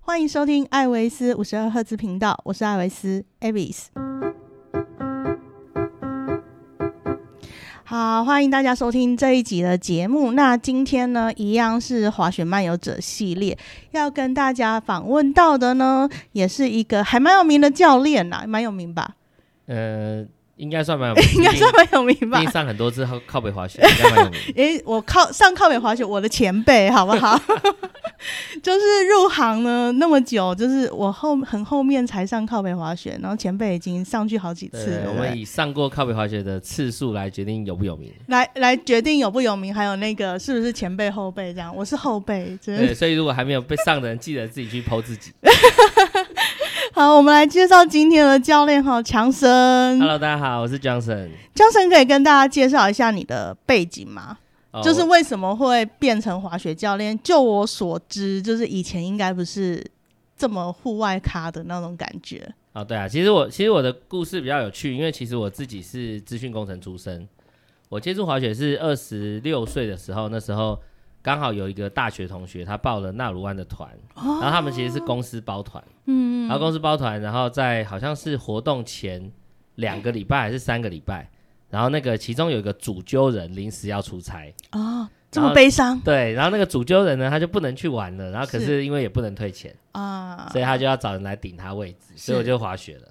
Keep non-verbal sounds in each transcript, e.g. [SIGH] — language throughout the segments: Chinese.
欢迎收听艾维斯五十二赫兹频道，我是艾维斯 Avis。好，欢迎大家收听这一集的节目。那今天呢，一样是滑雪漫游者系列，要跟大家访问到的呢，也是一个还蛮有名的教练啦，蛮有名吧？呃，应该算蛮有名， [LAUGHS] 应该算蛮有名吧。毕竟？上很多次靠靠北滑雪，应该蛮有名 [LAUGHS] 因为哎我靠上靠北滑雪，我的前辈好不好？就是入行呢那么久，就是我后很后面才上靠北滑雪，然后前辈已经上去好几次对，了。我对们以上过靠北滑雪的次数来决定有不 [LAUGHS] 有名。来来决定有不有名，还有那个是不是前辈后辈这样。我是后辈，真的对，所以如果还没有被上的人，记得自己去剖自己。好，我们来介绍今天的教练哈，强森。 Hello，大家好，我是 Johnson。强森可以跟大家介绍一下你的背景吗？哦就是我为什么会变成滑雪教练？就我所知，就是以前应该不是这么户外咖的那种感觉。哦，对啊，其实我其实我的故事比较有趣，因为其实我自己是资讯工程出身，我接触滑雪是二十六岁的时候，那时候刚好有一个大学同学，他报了纳鲁湾的团，然后他们其实是公司包团，哦嗯，然后公司包团，然后在好像是活动前两个礼拜还是三个礼拜，然后那个其中有一个主揪人临时要出 [LAUGHS] 差，哦，这然后么悲伤对，然后那个主揪人呢他就不能去玩了，然后可是是因为也不能退钱。啊！所以他就要找人来顶他位置，所是以我就滑雪了。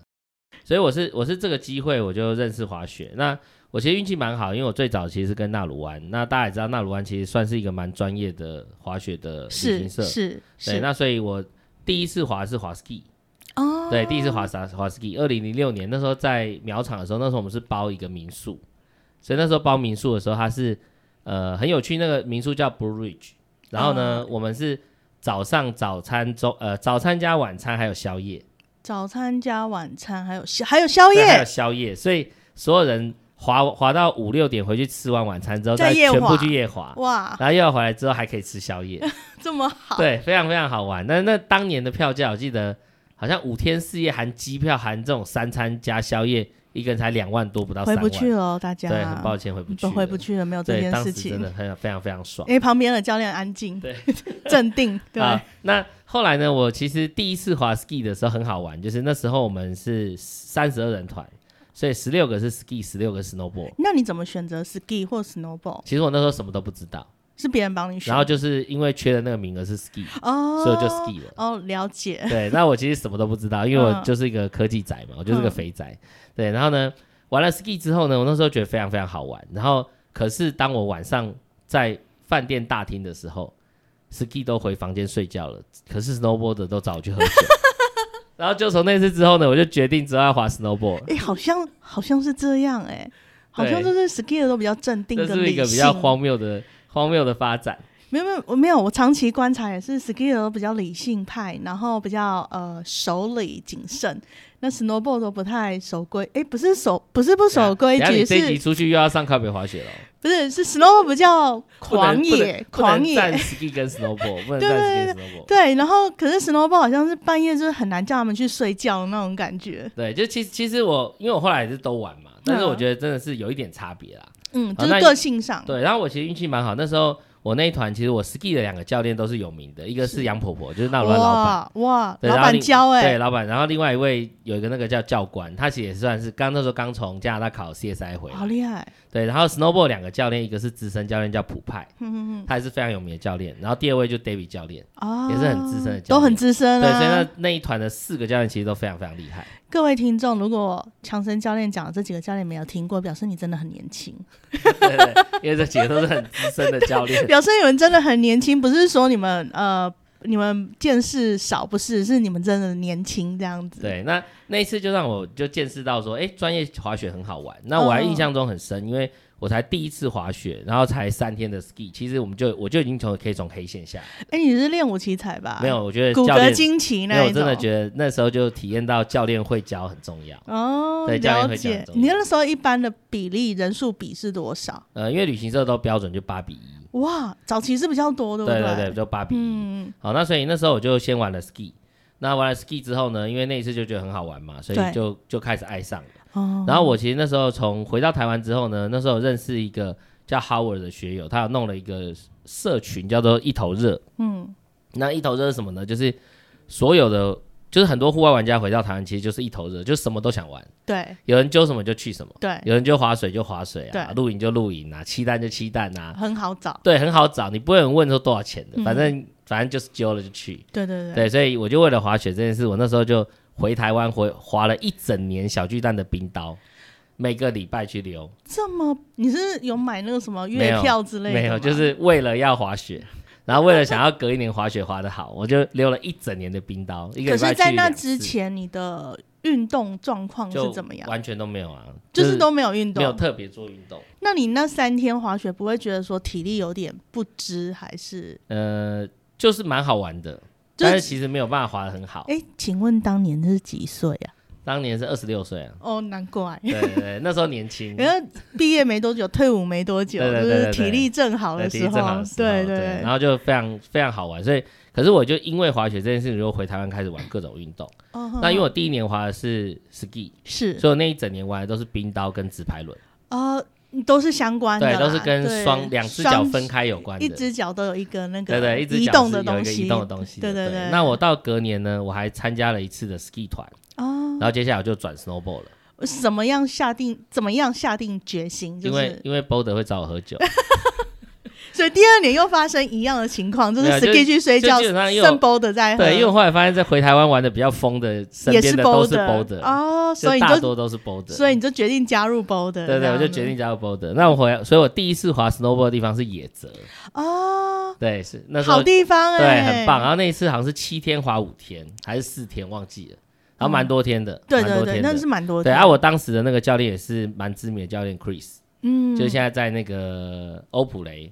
所以我是我是这个机会我就认识滑雪。那我其实运气蛮好，因为我最早其实是跟纳鲁湾，那大家也知道纳鲁湾其实算是一个蛮专业的滑雪的旅是行社。是对，是那所以我第一次滑是滑 ski，、哦，对，第一次滑滑滑 ski。二零零六年那时候在苗场的时候，那时候我们是包一个民宿，所以那时候包民宿的时候，它是呃很有趣，那个民宿叫 Blue Ridge。然后呢，哦我们是早上早餐中呃早餐加晚餐还有宵夜，早餐加晚餐，还有宵还有宵对还有夜，宵夜，所以所有人滑滑到五六点回去吃完晚餐之后，再再夜全部滑去夜滑，哇，然后夜滑回来之后还可以吃宵夜，这么好，对，非常非常好玩。那那当年的票价，我记得好像五天四夜含机票含这种三餐加宵夜，一个人才两万多，不到三回万，不去了哦，大家对，很抱歉回不去都了，回不去了，没有这对，件当事时真情的，很非常非常爽因。为旁边的教练安静，对， [LAUGHS] 镇定， [LAUGHS] 对，啊，那后来呢？我其实第一次滑 ski 的时候很好玩，就是那时候我们是三十二人团，所以十六个是 ski，十六个 snowboard。那你怎么选择 ski 或 snowboard？其实我那时候什么都不知道，是别人帮你选？然后就是因为缺的那个名额是 ski，哦，所以我就 ski 了。哦，了 [LAUGHS] 解，对，那我其实什么都不知道，因为我嗯就是一个科技仔嘛，我就是个嗯肥仔。对，然后呢，玩了 ski 之后呢，我那时候觉得非常非常好玩。然后，可是当我晚上在饭店大厅的时候，ski 都回房间睡觉了，可是 snowboard 都找我 [LAUGHS] 去喝酒。然后就从那次之后呢，我就决定只要滑 snowboard。哎，好像好像是这样，哎，好像就是 ski 的都比较镇定这跟是一理个比较性，荒谬的荒谬的发展。没有没有我没有，我长期观察也是 ski 的都比较理性派，然后比较呃守礼谨慎，那 snowboard 都不太守规，哎，不是守不是不守规然后你矩，这一集是出去又要上靠北滑雪了哦。不是是 snowboard 比较不能狂野不能狂不能野站。ski 跟 snowboard，不对能站对 ski 跟 snowboard。对，然后可是 snowball 好像是半夜就是很难叫他们去睡觉的那种感觉，对，就其实其实我因为我后来也是都玩嘛，但是我觉得真的是有一点差别啦。嗯，就好啊那是你个性上，对，然后我其实运气蛮好，那时候我那一团其实我 ski 的两个教练都是有名的，一个是杨婆婆，就是那罗的老板。哇哇，对老然后板另教哎、对，老板。然后另外一位有一个那个叫教官，他其实也算是刚那时候刚从加拿大考 CSI 回来好。厉害，对，然后 snowboard 两个教练，一个是资深教练叫普派，嗯嗯他也是非常有名的教练。然后第二位就 David 教练，嗯，啊，也是很资深的教练都很资深对，啊。所以那那一团的四个教练其实都非常非常厉害。 [LAUGHS] 各位听众，如果强生教练讲的这几个教练没有听过，表示你真的很年轻，对对，对因为这几个都是很资深的教练。表示你们真的很年轻，不是说你们呃你们见识少，不是，是你们真的年轻这样子。，对，那那一次就让我就见识到说，哎、专业滑雪很好玩。那哦我还印象中很深，因为我才第一次滑雪，然后才三天的 ski，其实我们就我就已经从可以从黑线下来，哎，你是练武奇才吧？没有，，我觉得啊骨教骼练，惊奇没那有，一我种。真的觉得那时候就体验到教练会教很重要。哦，对教练了会讲解很。重要你那时候一般的比例人数比是多少？呃，因为旅行社都标准就八比一，哇，早期是比较多，对不对对对对，就八比一、嗯，好，那所以那时候我就先玩了 ski。那玩了 ski 之后呢，因为那一次就觉得很好玩嘛，所对以就就开始爱上了。哦，然后我其实那时候从回到台湾之后呢，那时候认识一个叫 Howard 的学友，他有弄了一个社群叫做一头热。嗯，那一头热是什么呢？就是所有的就是很多户外玩家回到台湾，其实就是一头热，就什么都想玩，对有人揪什么就去什么，对，有人就划水就划水啊，对露营就露营啊，气弹就气弹啊，很好找，对，很好找，你不会很问说多少钱的，嗯反正反正就是揪了就去。对对对，对，所以我就为了滑雪这件事，我那时候就回台湾回滑了一整年小巨蛋的冰刀，每个礼拜去溜，这么你是有买那个什么没月有票之类的吗？没有，就是为了要滑雪，然后为了想要隔一年滑雪滑得好，我就溜了一整年的冰刀，一个可礼拜是，去在那两次之前，你的运动状况就是怎么样？完全都没有啊，就是都没有运没有动。特别做运动，那你那三天滑雪不会觉得说体力有点不支，还是？呃，就是蛮好玩的，就是但是其实没有办法滑得很好。哎，请问当年是几岁啊？当年是二十六岁啊，哦，难怪，对对对，那时候年 [LAUGHS] 轻。因为毕业没多久，退伍没多久，对对就对对是体力正好对的第时一候阵好的时，候对对对然，后就非常非常好玩，所以可是我就因为滑雪这件事情，就回台湾开始玩各种运动。哦那因为我第一年滑的是 ski，是所以我那一整年玩的都是冰刀跟直排轮，呃，都是相关的对，啦，都是跟啊对双两只脚双分开有关的，一只脚都有一个那对个对，一只移脚动是的有东一个西，移动的东西的，对对对那我到隔年呢，我还参加了一次的 ski 团，哦，然后接下来我就转 snowboard 了，怎呃么样下定怎么样下定决心，就因为是哎因为 boulder 会找我喝酒，所以第二年又发生一样的情况，就是没有就 ski 去睡就觉，基本上又剩包的在喝，对，因为我后来发现，在回台湾玩的比较疯的，身嗯也边是的包都是的 boulder，哦，就所以你大就多都是 boulder，所以你就决定加入包的，对这对，样我就子决定加入 boulder。那我回来，所以我第一次滑 snowboard 的地方是野泽，哦，对，是那时候好地方对哎，很棒。啊然后那一次好像是七天滑五天还是四天，忘记了，然后蛮多天的，嗯对蛮对多对，天那的是。蛮多对的，啊，我当时的那个教练也是蛮知名的教练 Chris，嗯，就是现在在那个欧普雷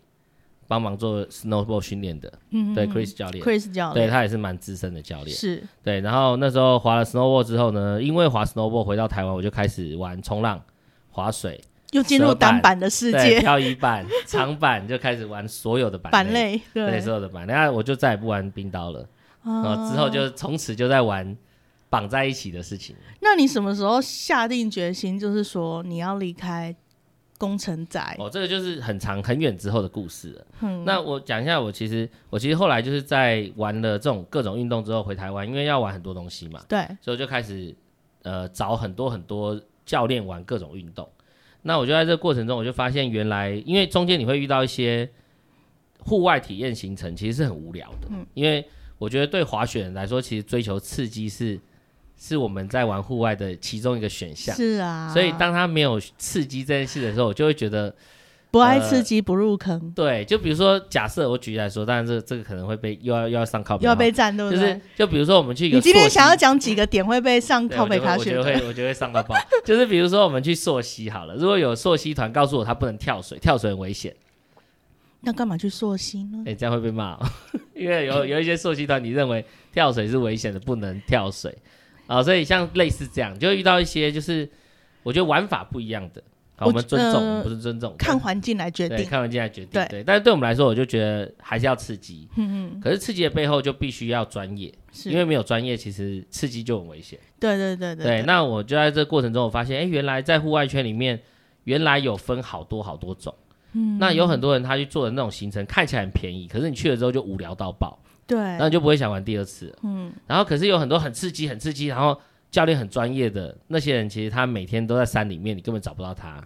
帮忙做 snowboard 训练的，嗯对 Chris 教练， Chris 教对练他也是蛮资深的教练。是对，然后那时候滑了 snowboard 之后呢，因为滑 snowboard 回到台湾，我就开始玩冲浪、滑水，又进入蛇板单板的世 [LAUGHS] 对，界，漂移板、 [LAUGHS] 长板就开始玩所有的板板类，类对对哦所有的板类。那我就再也不玩冰刀了，呃，之后就从此就在玩绑在一起的事情。那你什么时候下定决心，就是说你要离开工程宅？哦，这个就是很长很远之后的故事了。哎嗯那我讲一下，我其实我其实后来就是在玩了这种各种运动之后回台湾，因为要玩很多东西嘛，对，所以我就开始呃找很多很多教练玩各种运动。那我就在这个过程中，我就发现原来，因为中间你会遇到一些户外体验行程，其实是很无聊的。嗯因为我觉得对滑雪人来说，其实追求刺激是是我们在玩户外的其中一个选项。是啊，所以当他没有刺激这件事的时候，我就会觉得，不爱呃刺激不入坑，对，就比如说，假设我举例来说，当然这这个可能会被又要又要上靠又边要哈，被占，对不就对？是就比如说我们去一个你今天溯溪想要讲几个点会被上对靠北卡我雪觉得的？会，我觉得会，我觉得会上到爆。 [LAUGHS] 就是比如说，我们去溯溪好了，如果有溯溪团告诉我他不能跳水，跳水很危险，那干嘛去溯溪呢？哎、这样会被骂、哦， [LAUGHS] 因为有有一些溯溪团，你认为跳水是危险的，不能跳水啊、所以像类似这样，就会遇到一些就是我觉得玩法不一样的。好，我我们尊重，呃我们不是尊重，看环境来决对，定。看完进来决定。对对，但是对我们来说，我就觉得还是要刺激。嗯嗯，可是刺激的背后就必须要专业，是因为没有专业，其实刺激就很危险。对对对对，那我就在这过程中，我发现，哎，原来在户外圈里面，原来有分好多好多种。嗯，那有很多人他去做的那种行程看起来很便宜，可是你去了之后就无聊到爆，对然后你就不会想玩第二次。嗯，然后可是有很多很刺激、很刺激，然后教练很专业的那些人，其实他每天都在山里面，你根本找不到他。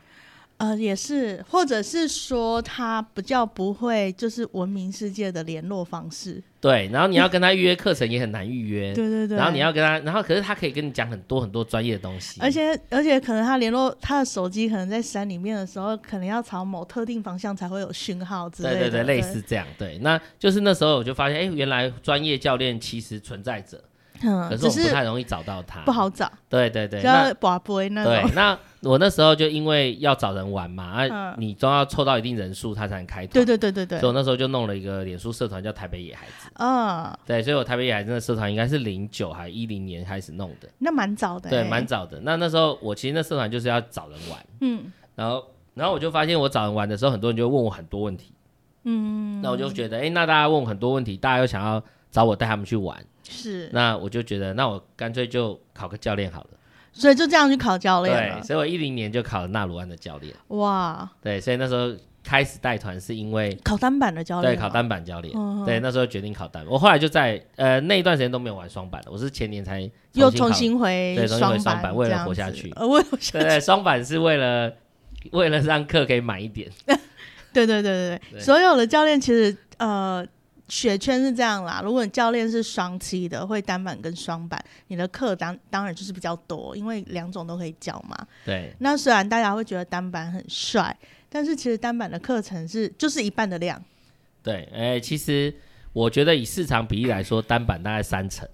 呃也是，或者是说他比较不会就是文明世界的联络方式。对，然后你要跟他预约课程也很难预 [LAUGHS] 约。对对对，然后你要跟他，然后可是他可以跟你讲很多很多专业的东西，而且而且可能他联络他的手机，可能在山里面的时候，可能要朝某特定方向才会有讯号之类对的。对对，类似这样，对，那就是那时候我就发现，哎，原来专业教练其实存在着，嗯，可是只我们不是太容易找到他，不。好找，对对对，就那要把杯那对种。，那我那时候就因为要找人玩嘛，啊嗯，你都要凑到一定人数，他才能开团。对对对对所以对，我那时候就弄了一个脸书社团，叫台北野孩子。嗯，对，所以我台北野孩子的社团应该是零九还一零年开始弄的，那蛮早的欸。对，蛮早的。那那时候我其实那社团就是要找人玩，嗯然后然后我就发现我找人玩的时候，很多人就会问我很多问题，嗯，那我就觉得，哎、那大家问我很多问题，大家又想要找我带他们去玩，是，那我就觉得，那我干脆就考个教练好了。所以就这样去考教练啊对，了。所以我一零年就考了纳鲁安的教练。哇，对，所以那时候开始带团是因为考单板的教练对吗，考单板教练，嗯，嗯对，那时候决定考单板。我后来就在呃那一段时间都没有玩双板了，我是前年才又重重新考。新回对重新回板双这样板子，为了活下去呃，为了活下对对，双板是为了为了让课可以满一点。 [LAUGHS] 对对对对对对，所有的教练其实呃，雪圈是这样啦。如果你教练是双期的，会单板跟双板，你的课当当然就是比较多，因为两种都可以教嘛。对那虽然大家会觉得单板很帅，但是其实单板的课程是就是一半的量，对，哎、其实我觉得以市场比例来说，单板大概三成，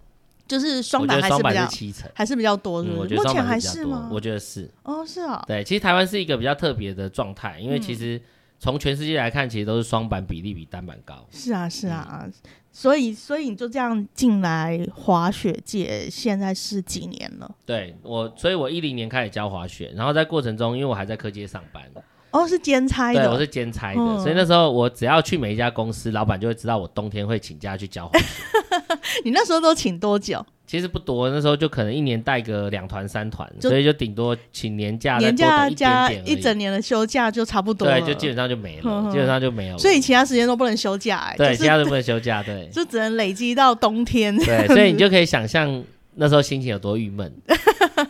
就是双我觉板得还双比板较是七成。还是比较多，是嗯，不我是？觉得目双前还板比是较吗多，？我觉得是哦，是哦，对。其实台湾是一个比较特别的状态，因为嗯其实从全世界来看，其实都是双板比例比单板高。是啊，是嗯啊。所以，所以你就这样进来滑雪界，现在是几年了？对我，所以我一零年开始教滑雪，然后在过程中，因为我还在科技业上班，哦，是兼差的，对我是兼差的，嗯所以那时候我只要去每一家公司，老板就会知道我冬天会请假去 [LAUGHS] 教滑雪。你那时候都请多久？其实不多，那时候就可能一年带个两团三团，就所以就顶多请年假，年假加一点点而已一整年的休假就差不多了，对，就基本上就没嗯了，嗯基本上就没有了。所以其他时间都不能休假、哎，对，就其他是都不能休假， [LAUGHS] 对就只能累积到冬天。对，所以你就可以想象那时候心情有多郁闷。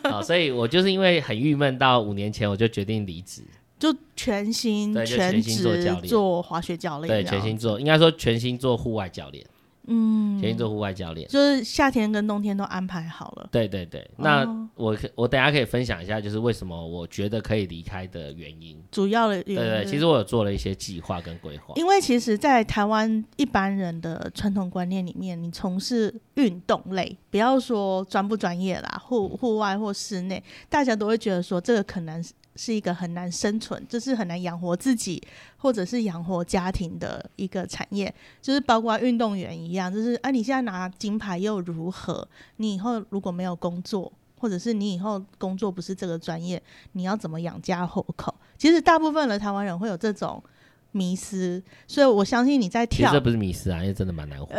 啊、所以我就是因为很郁闷，到五年前我就决定离职，就全心对就全心做教职练做滑雪教练，对，全心，做，应该说全心做户外教练，嗯，全心做户外教练。就是夏天跟冬天都安排好了。对对对，那哦我可我等一下可以分享一下，就是为什么我觉得可以离开的原因。主要的原对因对，是其实我有做了一些计划跟规划。因为其实，在台湾一般人的传统观念里面，你从事运动类，不要说专不专业啦，户户外或室内，大家都会觉得说这个可能是一个很难生存，就是很难养活自己，或者是养活家庭的一个产业，就是包括运动员一样，就是啊，你现在拿金牌又如何？你以后如果没有工作，或者是你以后工作不是这个专业，你要怎么养家糊口？其实大部分的台湾人会有这种迷失，所以我相信你在其实跳这，不是迷失啊，因为真的蛮难活。 [LAUGHS]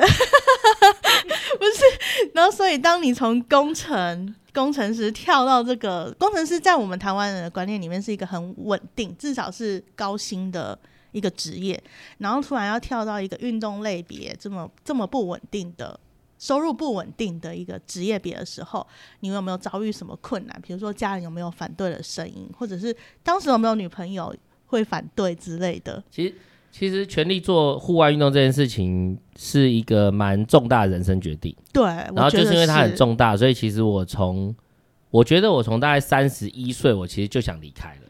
然后所以当你从工程工程师跳到这个工程师，在我们台湾人的观念里面是一个很稳定，至少是高薪的一个职业，然后突然要跳到一个运动类别这么这么不稳定的。收入不稳定的一个职业别的时候，你有没有遭遇什么困难？比如说家人有没有反对的声音，或者是当时有没有女朋友会反对之类的？其实其实全力做户外运动这件事情是一个蛮重大的人生决定，对，然哎我后觉就得是因为它很，重大，所以其实我从我觉得我从大概三十一岁，我其实就想离开了，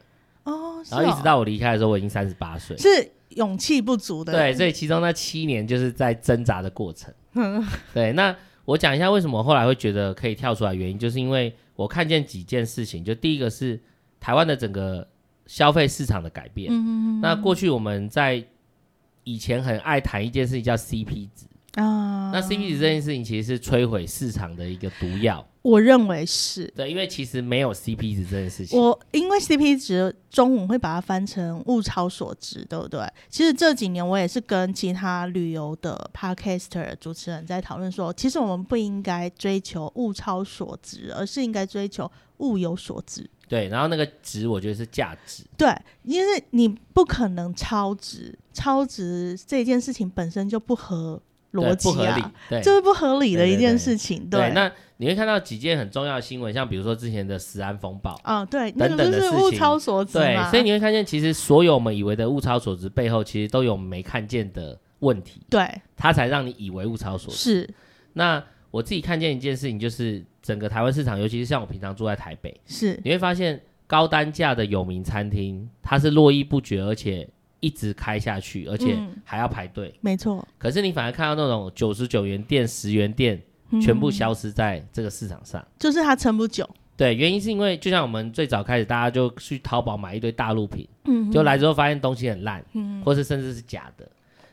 哦，是然后一哦直到我离开的时候，我已经三十八岁。是勇气不足的，对，所以其中那七年就是在挣扎的 [LAUGHS] 过程。嗯对，那我讲一下为什么后来会觉得可以跳出来，原因就是因为我看见几件事情，就第一个是台湾的整个消费市场的改变。嗯那过去我们在以前很爱谈一件事情叫 CP 值，啊，那 CP 值这件事情其实是摧毁市场的一个毒药。我认为是对，因为其实没有 CP 值这件事情。我，因为 CP 值中文会把它翻成物超所值，对不对？其实这几年我也是跟其他旅游的 podcaster 主持人在讨论说，其实我们不应该追求物超所值，而是应该追求物有所值。对，然后那个值我觉得是价值。对，因为你不可能超值，超值这件事情本身就不合逻对辑不合理啊，。对，这是不合理的对对一件对事情。对，那你会看到几件很重要的新闻，像比如说之前的食安风暴，啊、对，那等个就等的是事物情超所值对嘛。，所以你会看见，其实所有我们以为的物超所值背后，其实都有我们没看见的问题，对它才让你以为物超所值。是那我自己看见一件事情，就是整个台湾市场，尤其是像我平常住在台北，是你会发现高单价的有名餐厅，它是络绎不绝，而且一直开下去，而且嗯还要排队。没错，可是你反而看到那种九十九元店、十元店，嗯全部消失在这个市场上。就是它撑不久，对，原因是因为就像我们最早开始，大家就去淘宝买一堆大陆品，嗯就来之后发现东西很烂，或是甚至是假的，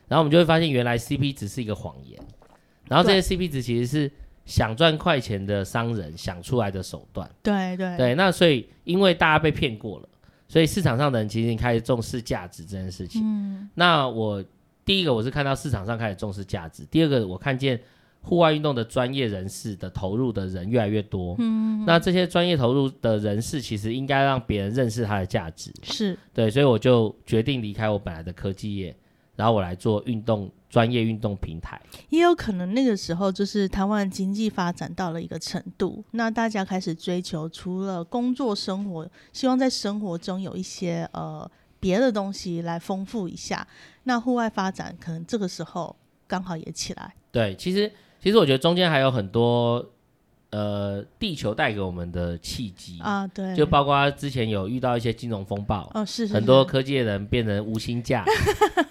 然后我们就会发现原来 CP 值是一个谎言，然后这些 CP 值其实是想赚快钱的商人想出来的手段。对对对，那所以因为大家被骗过了，所以市场上的人其实已经开始重视价值这件事情。嗯，那我第一个我是看到市场上开始重视价值，第二个我看见户外运动的专业人士的投入的人越来越多，嗯，那这些专业投入的人士其实应该让别人认识它的价值，是对，所以我就决定离开我本来的科技业，然后我来做运动专业运动平台。也有可能那个时候就是台湾经济发展到了一个程度，那大家开始追求除了工作生活，希望在生活中有一些呃别的东西来丰富一下。那户外发展可能这个时候刚好也起来，对，其实其实我觉得中间还有很多呃地球带给我们的契机，啊，对，嗯就包括之前有遇到一些金融风暴，哦是是很是多科技的人变成无薪假，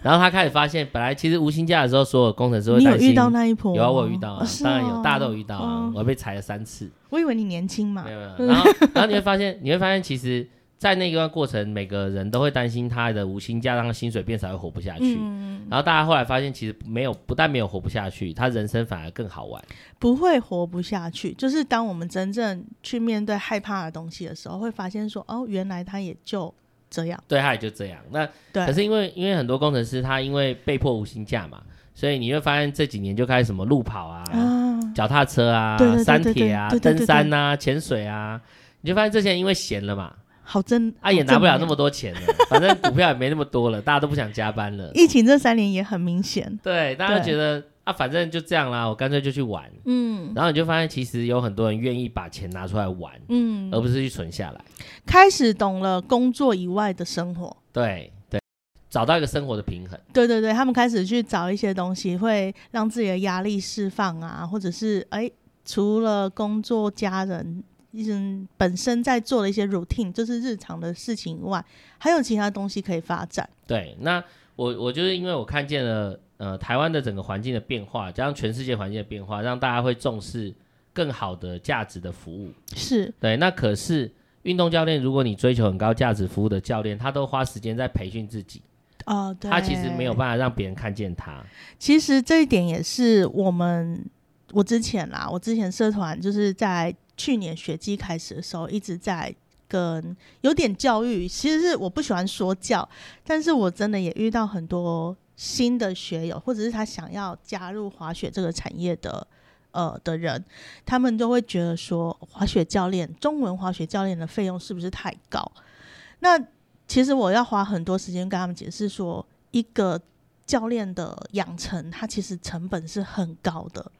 然后他开始发现，本来其实无薪假的时候，所有工程师会你有担心。遇到那一波吗？有啊，我有遇到哦啊，是当然哦有，大家都有遇到啊哦，啊我被裁了三次，我以为你年轻嘛没，有没 [LAUGHS] 有。然后然后你会发现，你会发现其实，在那一段过程，每个人都会担心他的无薪假让他薪水变少会活不下嗯去。然后大家后来发现，其实没有，不但没有活不下去，他人生反而更好玩。不会活不下去。就是当我们真正去面对害怕的东西的时候，会发现说，哦，原来他也就这样。对，他也就这样。那对可是因为因为很多工程师他因为被迫无薪假嘛，所以你会发现这几年就开始什么路跑啊、啊，脚踏车啊对对、对山铁啊对、对对登山啊、潜水啊，你就发现这些人因为闲了嘛，好真啊，也拿不了那么。么 [LAUGHS] 多钱了，反正股票也没那么多了，大家都不想加班了。疫情这三年也很明显，对，大家对觉得啊，反正就这样啦，我干脆就去玩。嗯然后你就发现，其实有很多人愿意把钱拿出来玩，嗯，而不是去存下来。开始懂了工作以外的生活。对对，找到一个生活的平衡。对对对，他们开始去找一些东西，会让自己的压力释放啊，或者是哎，除了工作、家人、嗯本身在做的一些 routine，就是日常的事情以外，还有其他东西可以发展。对，那我我就是因为我看见了呃台湾的整个环境的变化，加上全世界环境的变化，让大家会重视更好的价值的服务。是对，那可是运动教练，如果你追求很高价值服务的教练，他都花时间在培训自己，哦，对，他其实没有办法让别人看见他。其实这一点也是我们我之前啦，我之前社团就是在去年学季开始的时候一直在。跟有点教育，其实是我不喜欢说教，但是我真的也遇到很多新的学友，或者是他想要加入滑雪这个产业的呃的人，他们都会觉得说，滑雪教练中文滑雪教练的费用是不是太高？那其实我要花很多时间跟他们解释说，一个教练的养成，它其实成本是很高的。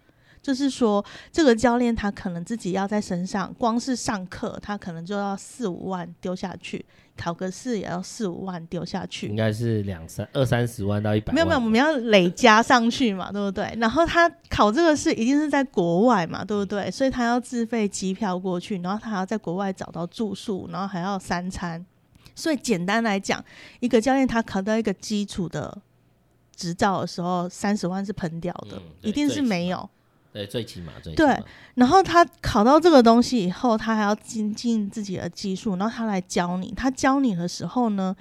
就是说，这个教练他可能自己要在身上，光是上课他可能就要四五万丢下去，考个试也要四五万丢下去应。该是两三二三十万到一百万，嗯没有没有，我们要累加上去嘛，对不对？然后他考这个试一定是在国外嘛，对不嗯对？所以他要自费机票过去，然后他还要在国外找到住宿，然后还要三餐。所以简单来讲，一个教练他考到一个基础的执照的时候，三十万是喷掉的，嗯对一定是最起码没有。对，最起码最起对码然后他考到这个东西以后，他还要精进自己的技术，然后他来教你。他教你的时候呢，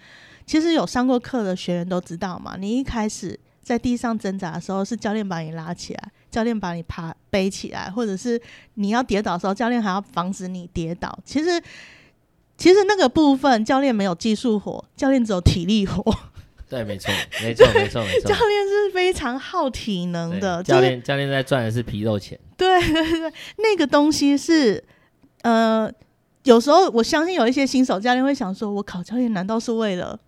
其实有上过课的学员都知道嘛，你一开始在地上挣扎的时候，是教练把你拉起来，教练把你爬背起来，或者是你要跌倒的时候，教练还要防止你跌倒。其实，其实那个部分教练没有技术活，教练只有体力活。对，没错，没错，[LAUGHS] 没错，没错教。练是非常耗体能对的，教就是练教练在赚的是皮肉钱，对对对，那个东西是，呃，有时候我相信有一些新手教练会想说，我考教练难道是为了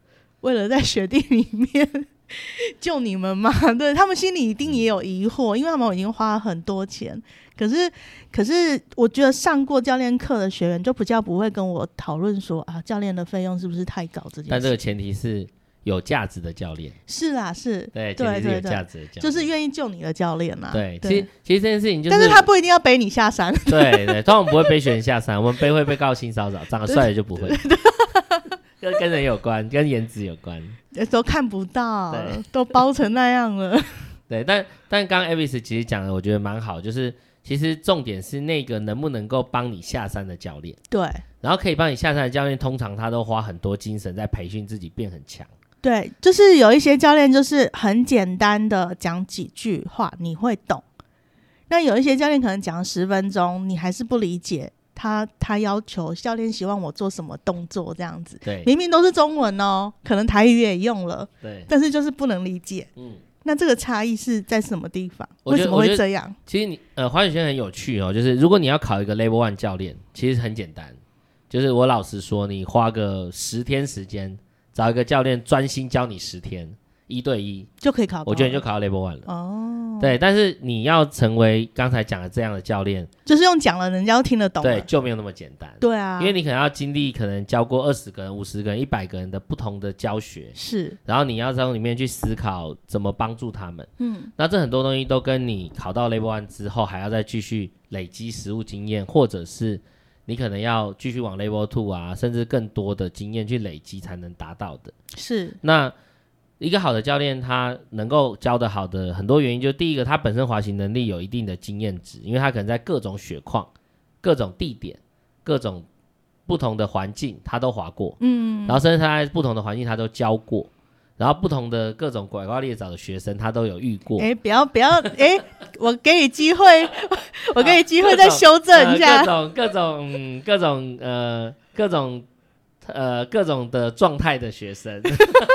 为了在雪地里面 [LAUGHS] 救你们吗？对他们心里一定也有疑惑，因为他们已经花了很多钱。可是，可是我觉得上过教练课的学员就比较不会跟我讨论说啊，教练的费用是不是太高这件但这事。个前提是有价值的教练，是啦，是，对，前对提是有对价对，值的教练，就是愿意救你的教练啦。对。其实其实这件事情就但是他不一定要背你下山。 [LAUGHS] 对对，通常不会被选下山，我们被会被告性骚扰，长得帅的就不会。 [LAUGHS] 跟跟人有关，跟颜值有关。都看不到对，都包成那样了。对，但但刚刚 Avis 其实讲的，我觉得蛮好，就是其实重点是那个能不能够帮你下山的教练，对然后可以帮你下山的教练，通常他都花很多精神在培训自己变很强。对，就是有一些教练就是很简单的讲几句话，你会懂。那有一些教练可能讲十分钟，你还是不理解他他要求教练希望我做什么动作这样子。对明明都是中文哦，可能台语也用了，对，但是就是不能理解。嗯，那这个差异是在什么地方？我为觉什得么我觉会得这样？其实你呃滑雪圈很有趣哦，就是如果你要考一个 Level One 教练，其实很简单，就是我老实说，你花个十天时间找一个教练专心教你十天一对一，就可以考高了？我觉得你就考到 Level One 了。哦，对，但是你要成为刚才讲的这样的教练，就是用讲了，人家都听得懂了。对，就没有那么简单。对啊，因为你可能要经历可能教过二十个人、五十个人、一百个人的不同的教学，是然后你要从里面去思考怎么帮助他们。嗯，那这很多东西都跟你考到 Level One 之后，还要再继续累积实务经验，或者是你可能要继续往 Level Two 啊，甚至更多的经验去累积才能达到的。是那一个好的教练，他能够教得好的很多原因，就第一个，他本身滑行能力有一定的经验值，因为他可能在各种雪况、各种地点、各种不同的环境，他都滑过，嗯，然后甚至他在不同的环境他都教过，然后不同的各种拐瓜裂枣的学生，他都有遇过。哎、不要不要，哎、我给你机会，我给你机会再啊各种修正一下。呃各种各种、嗯、各种呃各种呃各种的状态的学生 [LAUGHS]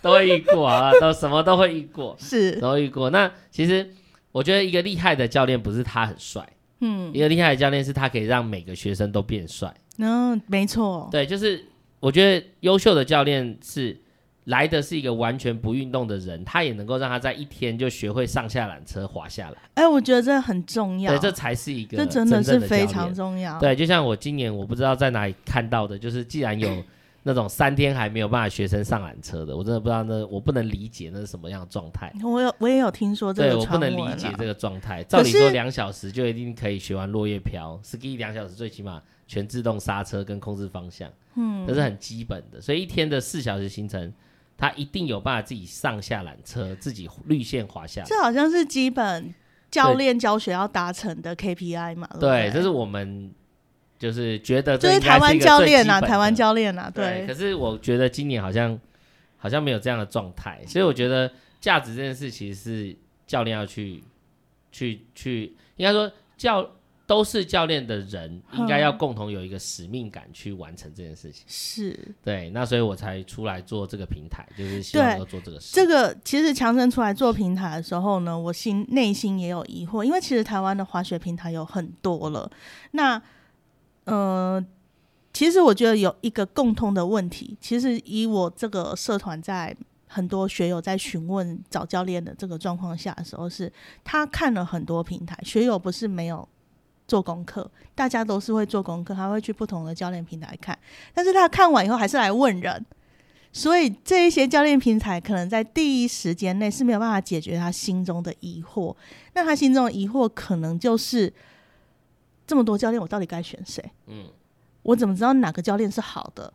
都会遇过啊，都什么都会遇过。是，都遇过。那其实我觉得一个厉害的教练不是他很帅，嗯一个厉害的教练是他可以让每个学生都变帅。嗯，没错，对，就是我觉得优秀的教练是来的是一个完全不运动的人，他也能够让他在一天就学会上下缆车滑下来。哎、我觉得这很重要，对，这才是一个这真的是教非练常重要。对，就像我今年我不知道在哪里看到的，就是既然有那种三天还没有办法学生上缆车的，我真的不知道那我不能理解那是什么样的状态。我有我也有听说这对，个我不传能闻理解啊这个状态。可照理说，是两小时就一定可以学完落叶飘，ski 两小时最起码全自动刹车跟控制方向，嗯，这是很基本的。所以一天的四小时行程，他一定有办法自己上下缆车，自己绿线滑下来。这好像是基本教对练教学要达成的 KPI 嘛，对不对，这是我们就是觉得就这是应台该是湾一个教最练基呐、本台湾的教练呐、对，对，可是我觉得今年好像好像没有这样的状态，所以我觉得价值这件事其实是教练要去去去，应该说教都是教练的人，嗯应该要共同有一个使命感去完成这件事情。是对，那所以我才出来做这个平台，就是希望对能够做这个事。这个。其实强生出来做平台的时候呢，我心内心也有疑惑，因为其实台湾的滑雪平台有很多了。那呃，其实我觉得有一个共通的问题，其实以我这个社团在。很多学友在询问找教练的这个状况下的时候是，他看了很多平台，学友不是没有做功课，大家都是会做功课，他会去不同的教练平台看，但是他看完以后还是来问人，所以这一些教练平台可能在第一时间内是没有办法解决他心中的疑惑，那他心中的疑惑可能就是这么多教练，我到底该选谁？嗯，我怎么知道哪个教练是好的？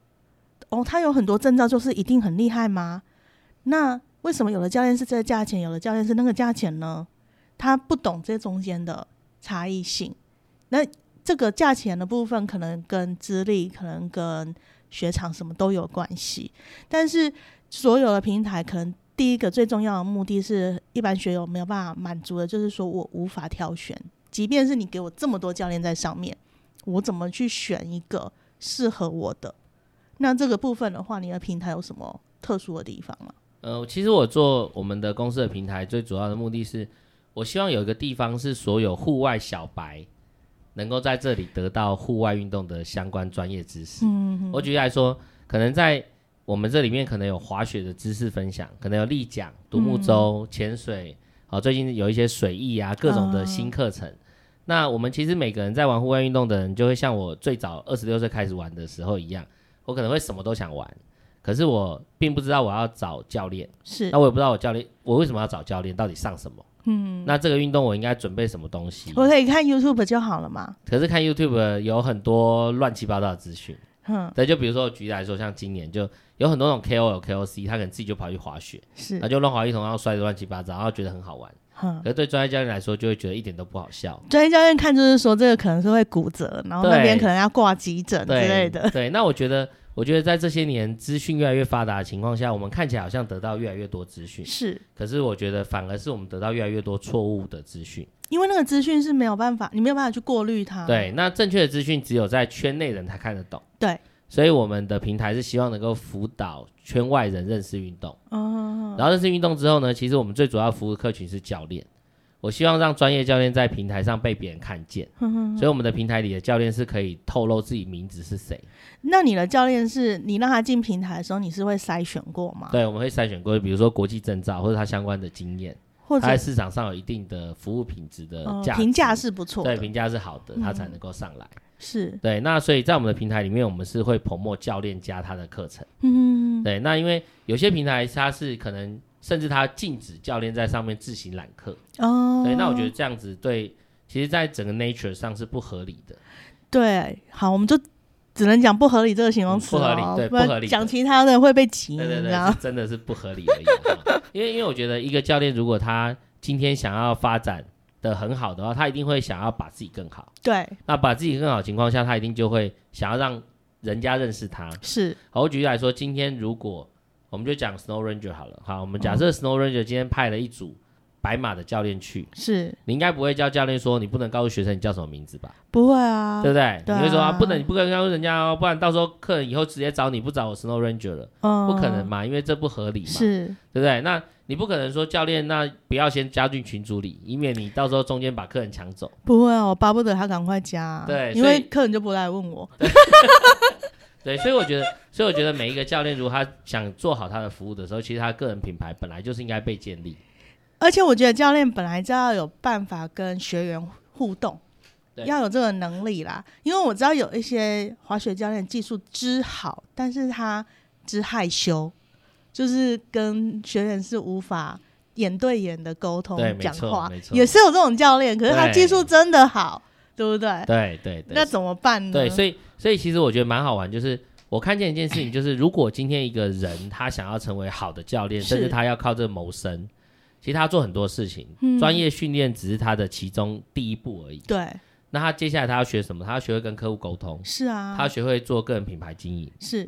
哦，他有很多证照，就是一定很厉害吗？那为什么有的教练是这个价钱，有的教练是那个价钱呢？他不懂这中间的差异性。那这个价钱的部分，可能跟资历，可能跟学场什么都有关系。但是所有的平台，可能第一个最重要的目的是，一般学友没有办法满足的，就是说我无法挑选。即便是你给我这么多教练在上面，我怎么去选一个适合我的？那这个部分的话，你的平台有什么特殊的地方吗？呃，其实我做我们的公司的平台，最主要的目的是，我希望有一个地方是所有户外小白能够在这里得到户外运动的相关专业知识。嗯，我举例来说，可能在我们这里面可能有滑雪的知识分享，可能有立桨、独木舟、潜水，好、最近有一些水艺啊，各种的新课程。那我们其实每个人在玩户外运动的人，就会像我最早二十六岁开始玩的时候一样，我可能会什么都想玩，可是我并不知道我要找教练。是那我也不知道我教练，我为什么要找教练，到底上什么？嗯，那这个运动我应该准备什么东西？我可以看 YouTube 就好了嘛？可是看 YouTube 有很多乱七八糟的资讯，哼，对，就比如说举例来说，像今年就有很多那种 KOL、KOC，他可能自己就跑去滑雪，是然后，就乱滑一通，然后摔得乱七八糟，然后觉得很好玩。哼，可是对专业教练来说，就会觉得一点都不好笑。专业教练看就是说这个可能是会骨折，然后那对边可能要挂急诊之类对的。对，那我觉得，我觉得在这些年资讯越来越发达的情况下，我们看起来好像得到越来越多资讯，是可是我觉得反而是我们得到越来越多错误的资讯。因为那个资讯是没有办法，你没有办法去过滤它。对，那正确的资讯只有在圈内人才看得懂。对，所以我们的平台是希望能够辅导圈外人认识运动。哦，然后认识运动之后呢，其实我们最主要服务客群是教练。我希望让专业教练在平台上被别人看见，嗯所以我们的平台里的教练是可以透露自己名字是谁。那你的教练是你让他进平台的时候，你是会筛选过吗？对，我们会筛选过，比如说国际证照或者他相关的经验，或者他在市场上有一定的服务品质的呃价值评价是不错对的，嗯评价是好的，他才能够上来。是，对，那所以在我们的平台里面，我们是会捧墨教练加他的课程。嗯，对，那因为有些平台它是可能甚至它禁止教练在上面自行揽课。哦，对，那我觉得这样子对，其实，在整个 nature 上是不合理的。对，好，我们就只能讲不合理这个形容嗯词不合理了哦对不不然合理的讲其他的会被挤对对你知对，道是真的是不合理而已、啊。 [LAUGHS] 因为因为我觉得一个教练如果他今天想要发展的很好的话，他一定会想要把自己更好。对，那把自己更好的情况下，他一定就会想要让人家认识他。是，好，我举例来说，今天如果我们就讲 Snow Ranger 好了，好，我们假设 Snow Ranger 今天派了一组白马的教练去，是你应该不会叫教练说你不能告诉学生你叫什么名字吧？不会啊对，不对？对啊你会说啊，不能，你不能告诉人家哦，不然到时候客人以后直接找你，不找我 Snow Ranger 了，嗯，不可能嘛，因为这不合理嘛，是对不对？那你不可能说教练，那不要先加进群组里，以免你到时候中间把客人抢走。不会啊，我巴不得他赶快加啊，对因所以为客人就不来问我，对，所以我觉得， [LAUGHS] 所以我觉得每一个教练，如果他想做好他的服务的时候，其实他个人品牌本来就是应该被建立。而且我觉得教练本来就要有办法跟学员互动。对要有这个能力啦，因为我知道有一些滑雪教练技术之好，但是他之害羞，就是跟学员是无法眼对眼的沟通对没讲错话没，错也是有这种教练，可是他技术真的好，对不对？对对对，那怎么办呢？对，所以所以其实我觉得蛮好玩，就是我看见一件事情，就是如果今天一个人他想要成为好的教练，是甚至他要靠这谋生，其实他做很多事情，嗯专业训练只是他的其中第一步而已。对，那他接下来他要学什么？他要学会跟客户沟通，是啊，他要学会做个人品牌经营，是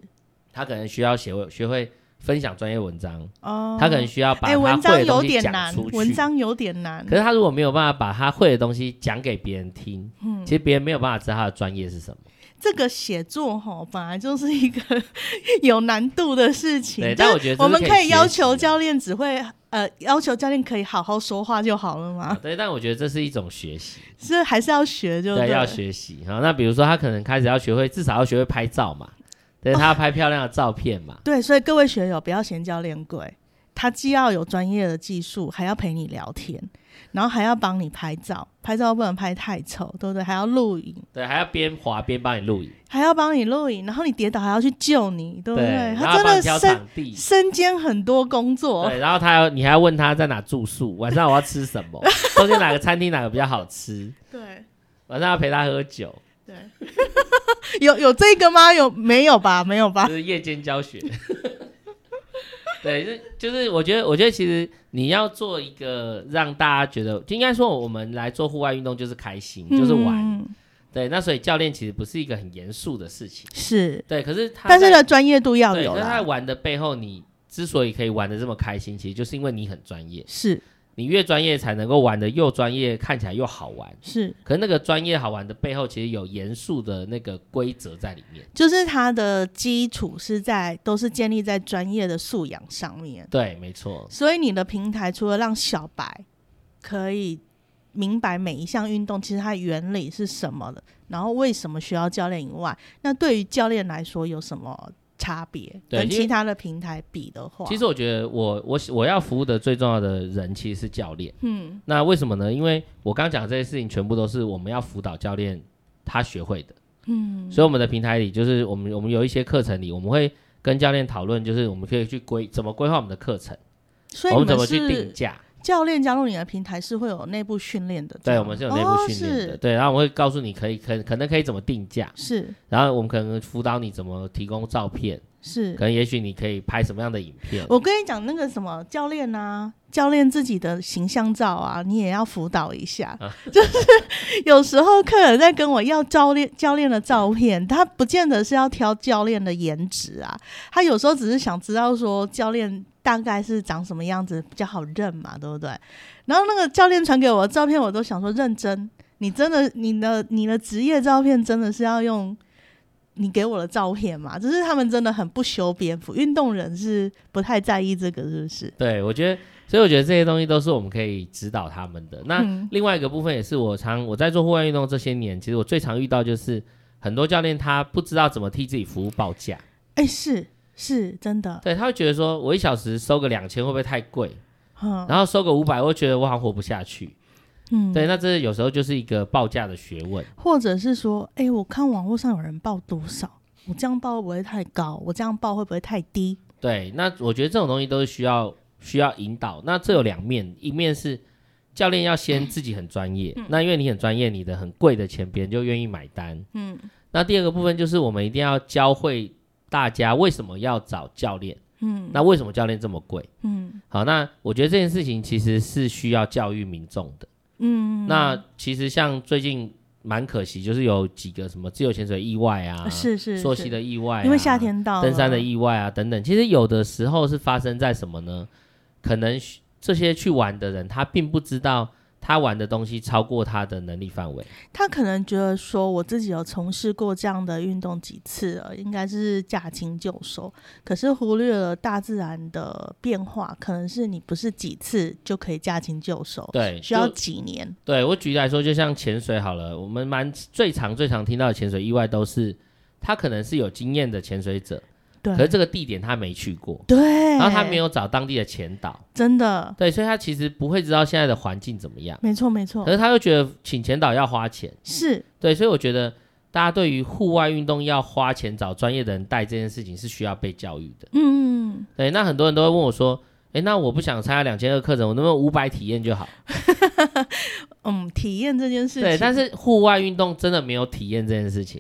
他可能需要学会学会分享专业文章，哦，他可能需要把哎，他文会章的有东西点讲难出，去。文章有点难可，是他如果没有办法把他会的东西讲给别人听，嗯其实别人没有办法知道他的专业是什么。这个写作哈本来就是一个 [LAUGHS] 有难度的事情，对就是但我觉得这是我们可以以要学习的求教练只会呃要求教练可以好好说话就好了啊嘛，对，但我觉得这是一种学习，是还是要学就对，了要学习哈。那比如说，他可能开始要学会，至少要学会拍照嘛， [LAUGHS] 对他要拍漂亮的照片嘛。对，所以各位学友不要嫌教练贵，他既要有专业的技术，还要陪你聊天，然后还要帮你拍照，拍照不能拍太丑，对不对？还要录影。对，还要边滑边帮你录影，还要帮你录影，然后你跌倒还要去救你，对不然后他要真帮你的挑身场地，身兼很多工作对，，然后他要你还要问他在哪住宿，晚上我要吃什 [LAUGHS] 么，中间哪个餐厅哪个比较好吃，对晚上要陪他喝酒，对， [LAUGHS] 有有这个吗？有没有吧？没有吧就？是夜间教学。对，就就是我觉得，我觉得其实你要做一个让大家觉得，应该说我们来做户外运动就是开心，就是玩。嗯对，那所以教练其实不是一个很严肃的事情，是，对。可是他在，但是呢，专业度要对，有可是他在啦。玩的背后，你之所以可以玩的这么开心，其实就是因为你很专业。是你越专业，才能够玩的又专业，看起来又好玩。是，可是那个专业好玩的背后，其实有严肃的那个规则在里面。就是他的基础是在都是建立在专业的素养上面，对，没错，所以你的平台除了让小白可以明白每一项运动其实它原理是什么的，然后为什么需要教练以外，那对于教练来说有什么差别？对跟因为其他的平台比的话，其实我觉得我我我要服务的最重要的人其实是教练。嗯，那为什么呢？因为我刚讲的这些事情全部都是我们要辅导教练他学会的。嗯，所以我们的平台里就是我们我们有一些课程里，我们会跟教练讨论，就是我们可以去规怎么规划我们的课程，所以我你们怎么去定是价。教教练加入你的平台是会有内部训练的这对，样我吗，们是有内部训练的。对，然后我们会告诉你可以可可能可以怎么定价哦，是然后我们可能辅导你怎么提供照片，是可是。能也许你可以拍什么样的影片。我跟你讲，那个什么教练啊，教练自己的形象照啊，你也要辅导一下。就是有时候客人在跟我要教练教练的照片，他不见得是要挑教练的颜值啊，他有时候只是想知道说教练大概是长什么样子比较好认嘛，对不对？然后那个教练传给我的照片，我都想说认真，你真的你的你的职业照片真的是要用。你给我的照片嘛，只是他们真的很不修边幅，运动人是不太在意这个，是不是？对，我觉得，所以我觉得这些东西都是我们可以指导他们的。那嗯另外一个部分也是我常我在做户外运动这些年，其实我最常遇到就是很多教练他不知道怎么替自己服务报价，哎、是是真的，对，他会觉得说我一小时收个两千会不会太贵，嗯然后收个五百，我会觉得我好像活不下去。嗯，对，那这有时候就是一个报价的学问。或者是说，哎、我看网络上有人报多少，我这样报会不会太高？我这样报会不会太低？对，那我觉得这种东西都是需要需要引导。那这有两面，一面是教练要先自己很专业，嗯 [CLEARS THROAT] 那因为你很专业，你的很贵的钱别人就愿意买单。嗯，那第二个部分就是我们一定要教会大家为什么要找教练。嗯，那为什么教练这么贵？嗯，好，那我觉得这件事情其实是需要教育民众的。嗯，那其实像最近蛮可惜，就是有几个什么自由潜水意外啊，是是溯是溪的意外、啊，因为夏天到了，登山的意外啊等等。其实有的时候是发生在什么呢？可能许这些去玩的人，他并不知道他玩的东西超过他的能力范围。他可能觉得说，我自己有从事过这样的运动几次了，应该是驾轻就熟，可是忽略了大自然的变化，可能是你不是几次就可以驾轻就熟，对，需要就几年。对我举例来说，就像潜水好了，我们蛮最常最常听到的潜水意外都是他可能是有经验的潜水者，对可是这个地点他没去过。对，然后他没有找当地的前导，真的，对，所以他其实不会知道现在的环境怎么样。没错没错可，是他又觉得请前导要花钱，是对，所以我觉得大家对于户外运动要花钱找专业的人带这件事情是需要被教育的。嗯，对，那很多人都会问我说：“诶，那我不想参加两千二课程，我能不能五百体验就好嗯， [LAUGHS] 体验这件？”事情，对，但是户外运动真的没有体验这件事情。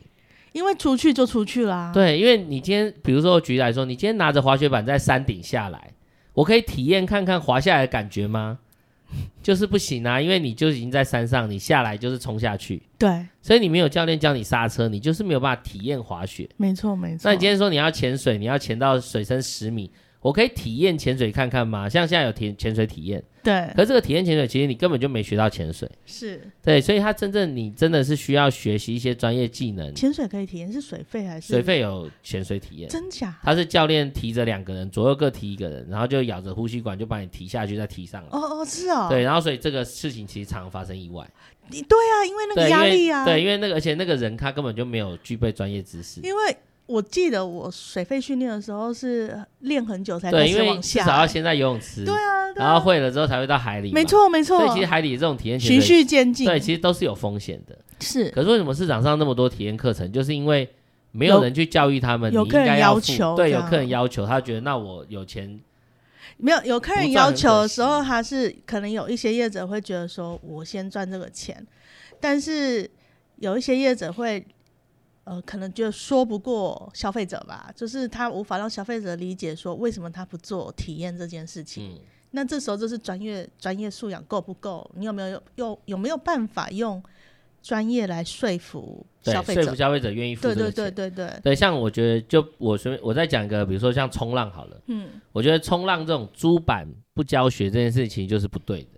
因为出去就出去啦，对，因为你今天，比如说我举例来说，你今天拿着滑雪板在山顶下来，我可以体验看看滑下来的感觉吗？ [LAUGHS] 就是不行啊，因为你就已经在山上，你下来就是冲下去，对，所以你没有教练教你刹车，你就是没有办法体验滑雪。没错没错。那你今天说你要潜水，你要潜到水深十米，我可以体验潜水看看吗？像现在有体潜水体验，对可是这个体验潜水其实你根本就没学到潜水，是对，所以它真正你真的是需要学习一些专业技能。潜水可以体验是水费还是水？费有潜水体验，真假？它是教练提着两个人，左右各提一个人，然后就咬着呼吸管就把你提下去，再提上来。哦哦是哦，对，然后所以这个事情其实常发生意外，你对啊，因为那对，个因压为力啊，对，因为那个而且那个人他根本就没有具备专业知识，因为我记得我水肺训练的时候是练很久才开对，因始为往至下少要来，先在游泳池，对啊，对啊然后会了之后才会到海里嘛，没错没错所以，其实海底这种体验潜哦循水，序渐进，对，其实都是有风险的。是可是为什么市场上那么多体验课程，就是因为没有有人去教育他们，有你应客人该要要付求对，这有样客人要求，他觉得那我有钱，没有有客不人赚要很求可的时惜候，他是可能有一些业者会觉得说我先赚这个钱，但是有一些业者会。呃，可能就说不过消费者吧，就是他无法让消费者理解说为什么他不做体验这件事情。嗯，那这时候就是专业专业素养够不够？你有没有有有没有办法用专业来说服对，消费说者服？消费者愿意付对这个对钱。对对对，对像我觉得就我随便我再讲一个，比如说像冲浪好了，嗯我觉得冲浪这种租板不教学这件事情就是不对的，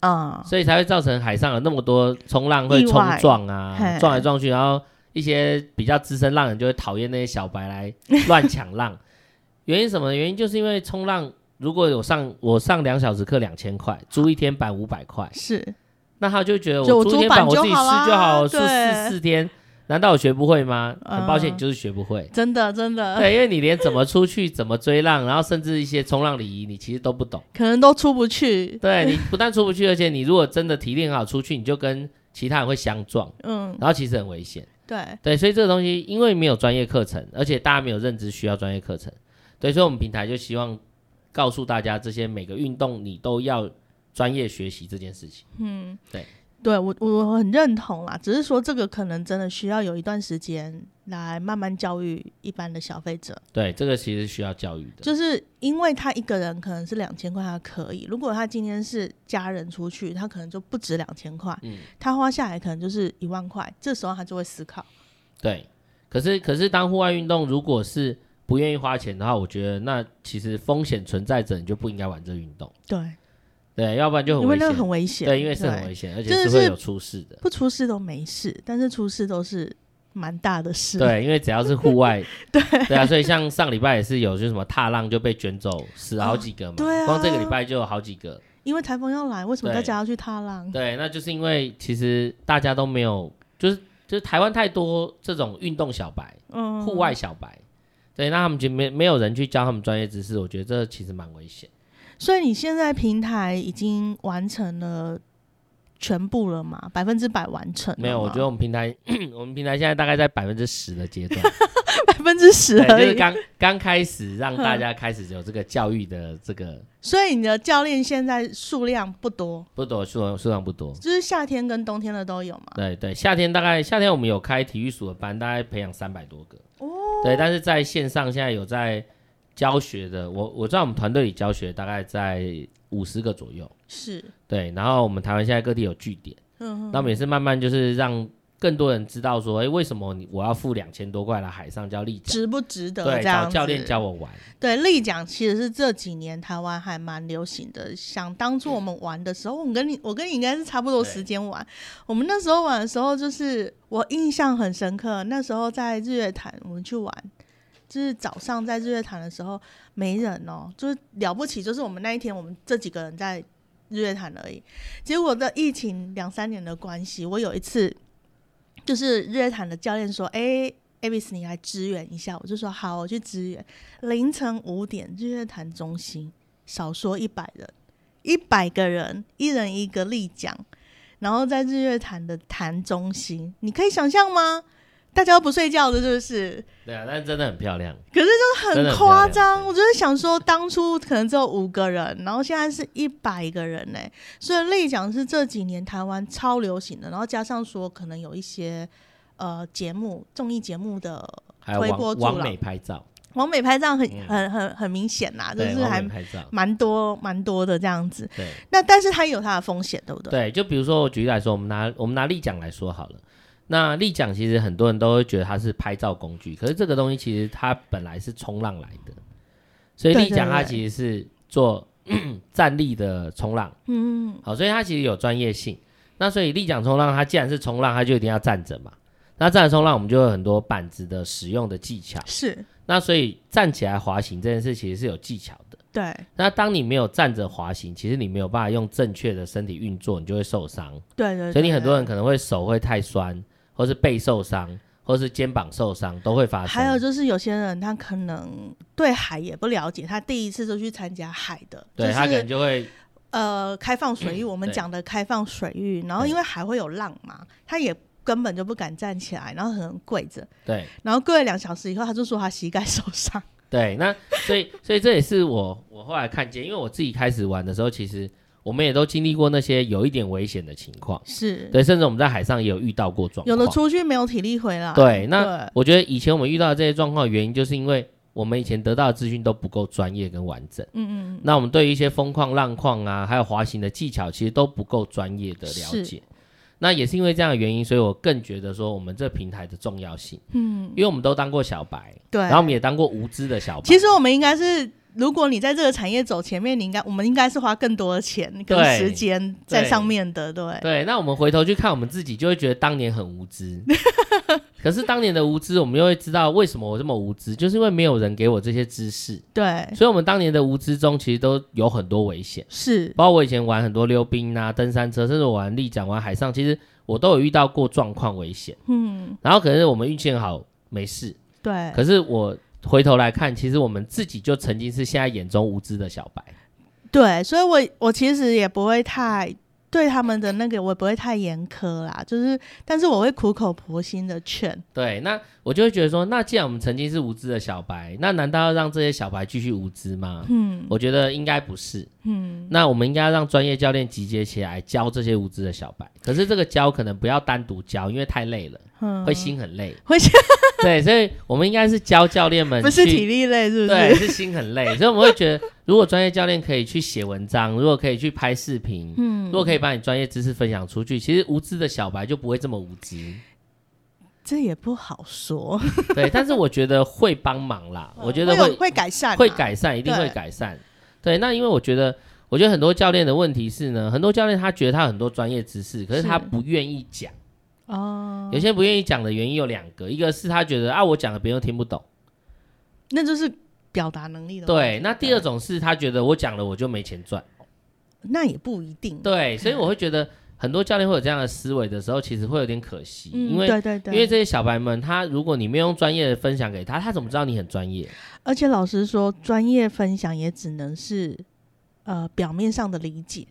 嗯啊，所以才会造成海上有那么多冲浪会意冲外撞啊，嘿撞来撞去，然后一些比较资深浪人就会讨厌那些小白来乱抢 [LAUGHS] 浪。原因是什么呢？原因就是因为冲浪，如果有上我上两小时课两千块，租一天板五百块，是那他就觉得就我我租一租天板板我就自己试好啦就好，我试对四四天，难道我学不会吗？很抱歉，嗯你就是学 [LAUGHS] 不会。真的真的，对，因为你连怎么出去、怎么追浪，然后甚至一些冲浪礼仪，你其实都不懂。可能都出不 [LAUGHS] 去。对你不但出不去，而且你如果真的体力很好出去，你就跟其他人会相撞，嗯，然后其实很危险。对，对，所以这个东西因为没有专业课程，而且大家没有认知需要专业课程，对，所以我们平台就希望告诉大家，这些每个运动你都要专业学习这件事情。对我我很认同啦，只是说这个可能真的需要有一段时间来慢慢教育一般的消费者。对，这个其实是需要教育的。就是因为他一个人可能是两千块，他可以；如果他今天是家人出去，他可能就不止两千块，嗯他花下来可能就是一万块。这时候他就会思考，对，可是可是当户外运动如果是不愿意花钱的话，我觉得那其实风险存在着，你就不应该玩这个运动。对，对，要不然就很因危为险。那个很危险，对，因为是很危险，而且真的是会是有出事的。不出事都没事，但是出事都是蛮大的事。，对，因为只要是 [LAUGHS] 户外，对对啊，所以像上礼拜也是有，就是什么踏浪就被卷走，死了好几个嘛。对啊光这个礼拜就有好几个。因为台风要来，为什么对大家要去踏浪？对，那就是因为其实大家都没有，就是就是台湾太多这种运动小白、嗯，户外小白，对，那他们就没没有人去教他们专业知识，我觉得这其实蛮危险。所以你现在平台已经完成了全部了吗？百分之百完成了吗？没有，我觉得我们平台 [CLEARS THROAT] 我们平台现在大概在百分之十的阶段， [LAUGHS] 百分之十对，而就是已。刚刚开始让大家开始有这个教育的这个。所以你的教练现在数量不多，不多，数量数量不多。就是夏天跟冬天的都有嘛。对对，夏天大概夏天我们有开体育署的班，大概培养三百多个。哦。对，但是在线上现在有在教学的，我我知道我们团队里教学大概在五十个左右。是，对，然后我们台湾现在各地有据点，嗯，那我们也是慢慢就是让更多人知道说，哎，为什么你我要付两千多块来海上教立桨？值不值得对，这样找子教练教我玩。对立桨其实是这几年台湾还蛮流行的。想当初我们玩的时候，我们跟你我跟你应该是差不多时间玩。我们那时候玩的时候，就是我印象很深刻。那时候在日月潭，我们去玩，就是早上在日月潭的时候没人哦，就是了不起，就是我们那一天我们这几个人在日月潭而已。结果的疫情两三年的关系，我有一次就是日月潭的教练说：“哎、a b i s 你来支援一下。”我就说：“好，我去支援。”凌晨五点，日月潭中心，少说一百人，一百个人，一人一个立桨，然后在日月潭的潭中心，你可以想象吗？大家都不睡觉的，是不是？对啊，但是真的很漂亮。可是真就的很很夸漂亮张，我就是想说，当初可能只有五个人，然后现在是一百个人呢、所以立奖是这几年台湾超流行的，然后加上说可能有一些呃节目综艺节目的还有推波往助往澜美拍照，往美拍照很嗯很很很明显啦，就对，啊是往还美拍照，蛮多蛮多的这样子。对。那但是它也有它的风险，对不对？对，就比如说我举例来说，我们拿我们拿立桨来说好了。那立桨其实很多人都会觉得它是拍照工具，可是这个东西其实它本来是冲浪来的，所以对立桨对它对其实是做 [COUGHS] 站立的冲浪，嗯，好，所以它其实有专业性。那所以立桨冲浪，它既然是冲浪，它就一定要站着嘛。那站着冲浪，我们就有很多板子的使用的技巧。是那所以站起来滑行这件事其实是有技巧的。对，那当你没有站着滑行，其实你没有办法用正确的身体运作，你就会受伤。对对对。所以你很多人对可能会手会太酸，或是背受伤，或是肩膀受伤都会发生。还有就是有些人他可能对海也不了解，他第一次就去参加海的，对、就他可是能就会 [LAUGHS] 呃开放水域，我们对讲的开放水域，然后因为海会有浪嘛，他也根本就不敢站起来，然后可能跪着，对然后跪了两小时以后，他就说他膝盖受伤。对。那所以所以这也是我我后来看见，因为我自己开始玩的时候，其实我们也都经历过那些有一点危险的情况，是，对，甚至我们在海上也有遇到过状况。有的出去没有体力回来。对，那我觉得以前我们遇到的这些状况，原因就是因为我们以前得到的资讯都不够专业跟完整。嗯嗯。那我们对于一些风况、浪况啊，还有滑行的技巧，其实都不够专业的了解是。那也是因为这样的原因，所以我更觉得说我们这平台的重要性。嗯，因为我们都当过小白，对，然后我们也当过无知的小白。其实我们应该是，如果你在这个产业走前面，你应该我们应该是花更多的钱对跟时间在上面的，对。对，那我们回头去看我们自己，就会觉得当年很无 [LAUGHS] 知。可是当年的无知，我们又会知道为什么我这么无知，就是因为没有人给我这些知识。对，所以，我们当年的无知中，其实都有很多危险，是包括我以前玩很多溜冰啊、登山车，甚至我玩立桨、玩海上，其实我都有遇到过状况危险。嗯，然后可能是我们运气很好，没事。对，可是我回头来看，其实我们自己就曾经是现在眼中无知的小白。对，所以我我其实也不会太对他们的那个，我也不会太严苛啦，就是，但是我会苦口婆心的劝，对，那我就会觉得说，那既然我们曾经是无知的小白，那难道要让这些小白继续无知吗？嗯，我觉得应该不是。嗯，那我们应该让专业教练集结起来教这些无知的小白。可是这个教可能不要单独教，因为太累了，嗯，会心很累。会心对，所以我们应该是教教练们不是去体力累，是不对，是？是心很累，所以我们会觉得，如果专业教练可以去写文章，如果可以去拍视频，嗯，如果可以把你专业知识分享出去，其实无知的小白就不会这么无知。这也不好说，对，但是我觉得会帮忙啦，我觉得会有会会改善啊，会改善，一定会对改善。对，那因为我觉得，我觉得很多教练的问题是呢，很多教练他觉得他很多专业知识，可是他是不愿意讲，哦，有些不愿意讲的原因有两个，一个是他觉得啊，我讲了别人又听不懂，那就是表达能啊力的问对。题那第二，种是他觉得我讲了我就没钱赚，那也不一定，对。所以我会觉得很多教练会有这样的思维的时候，其实会有点可惜，嗯，因为对对对，因为这些小白们，他如果你没有用专业的分享给他，他怎么知道你很专业？而且老实说，专业分享也只能是呃表面上的理解，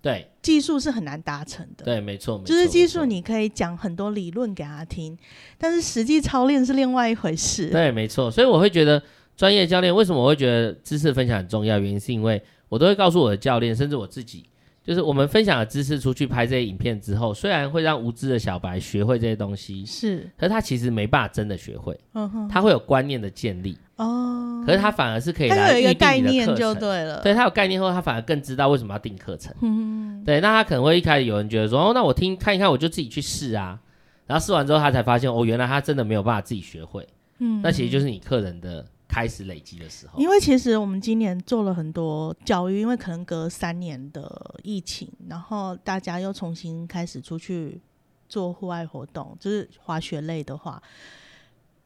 对技术是很难达成的。对，没错，没错就是技没术，错你可以讲很多理论给他听，但是实际操练是另外一回事。对，没错。所以我会觉得专业教练为什么我会觉得知识分享很重要，原因是因为我都会告诉我的教练，甚至我自己，就是我们分享的知识出去拍这些影片之后，虽然会让无知的小白学会这些东西，是，可是他其实没办法真的学会，嗯哼，他会有观念的建立，哦，可是他反而是可以他来有一预个定概你的念课就程。对了，对他有概念后，他反而更知道为什么要定课程。嗯，对，那他可能会一开始有人觉得说，哦，那我听看一看，我就自己去试啊。然后试完之后，他才发现，哦，原来他真的没有办法自己学会。嗯，那其实就是你客人的开始累积的时候。因为其实我们今年做了很多教育，因为可能隔三年的疫情，然后大家又重新开始出去做户外活动，就是滑雪类的话，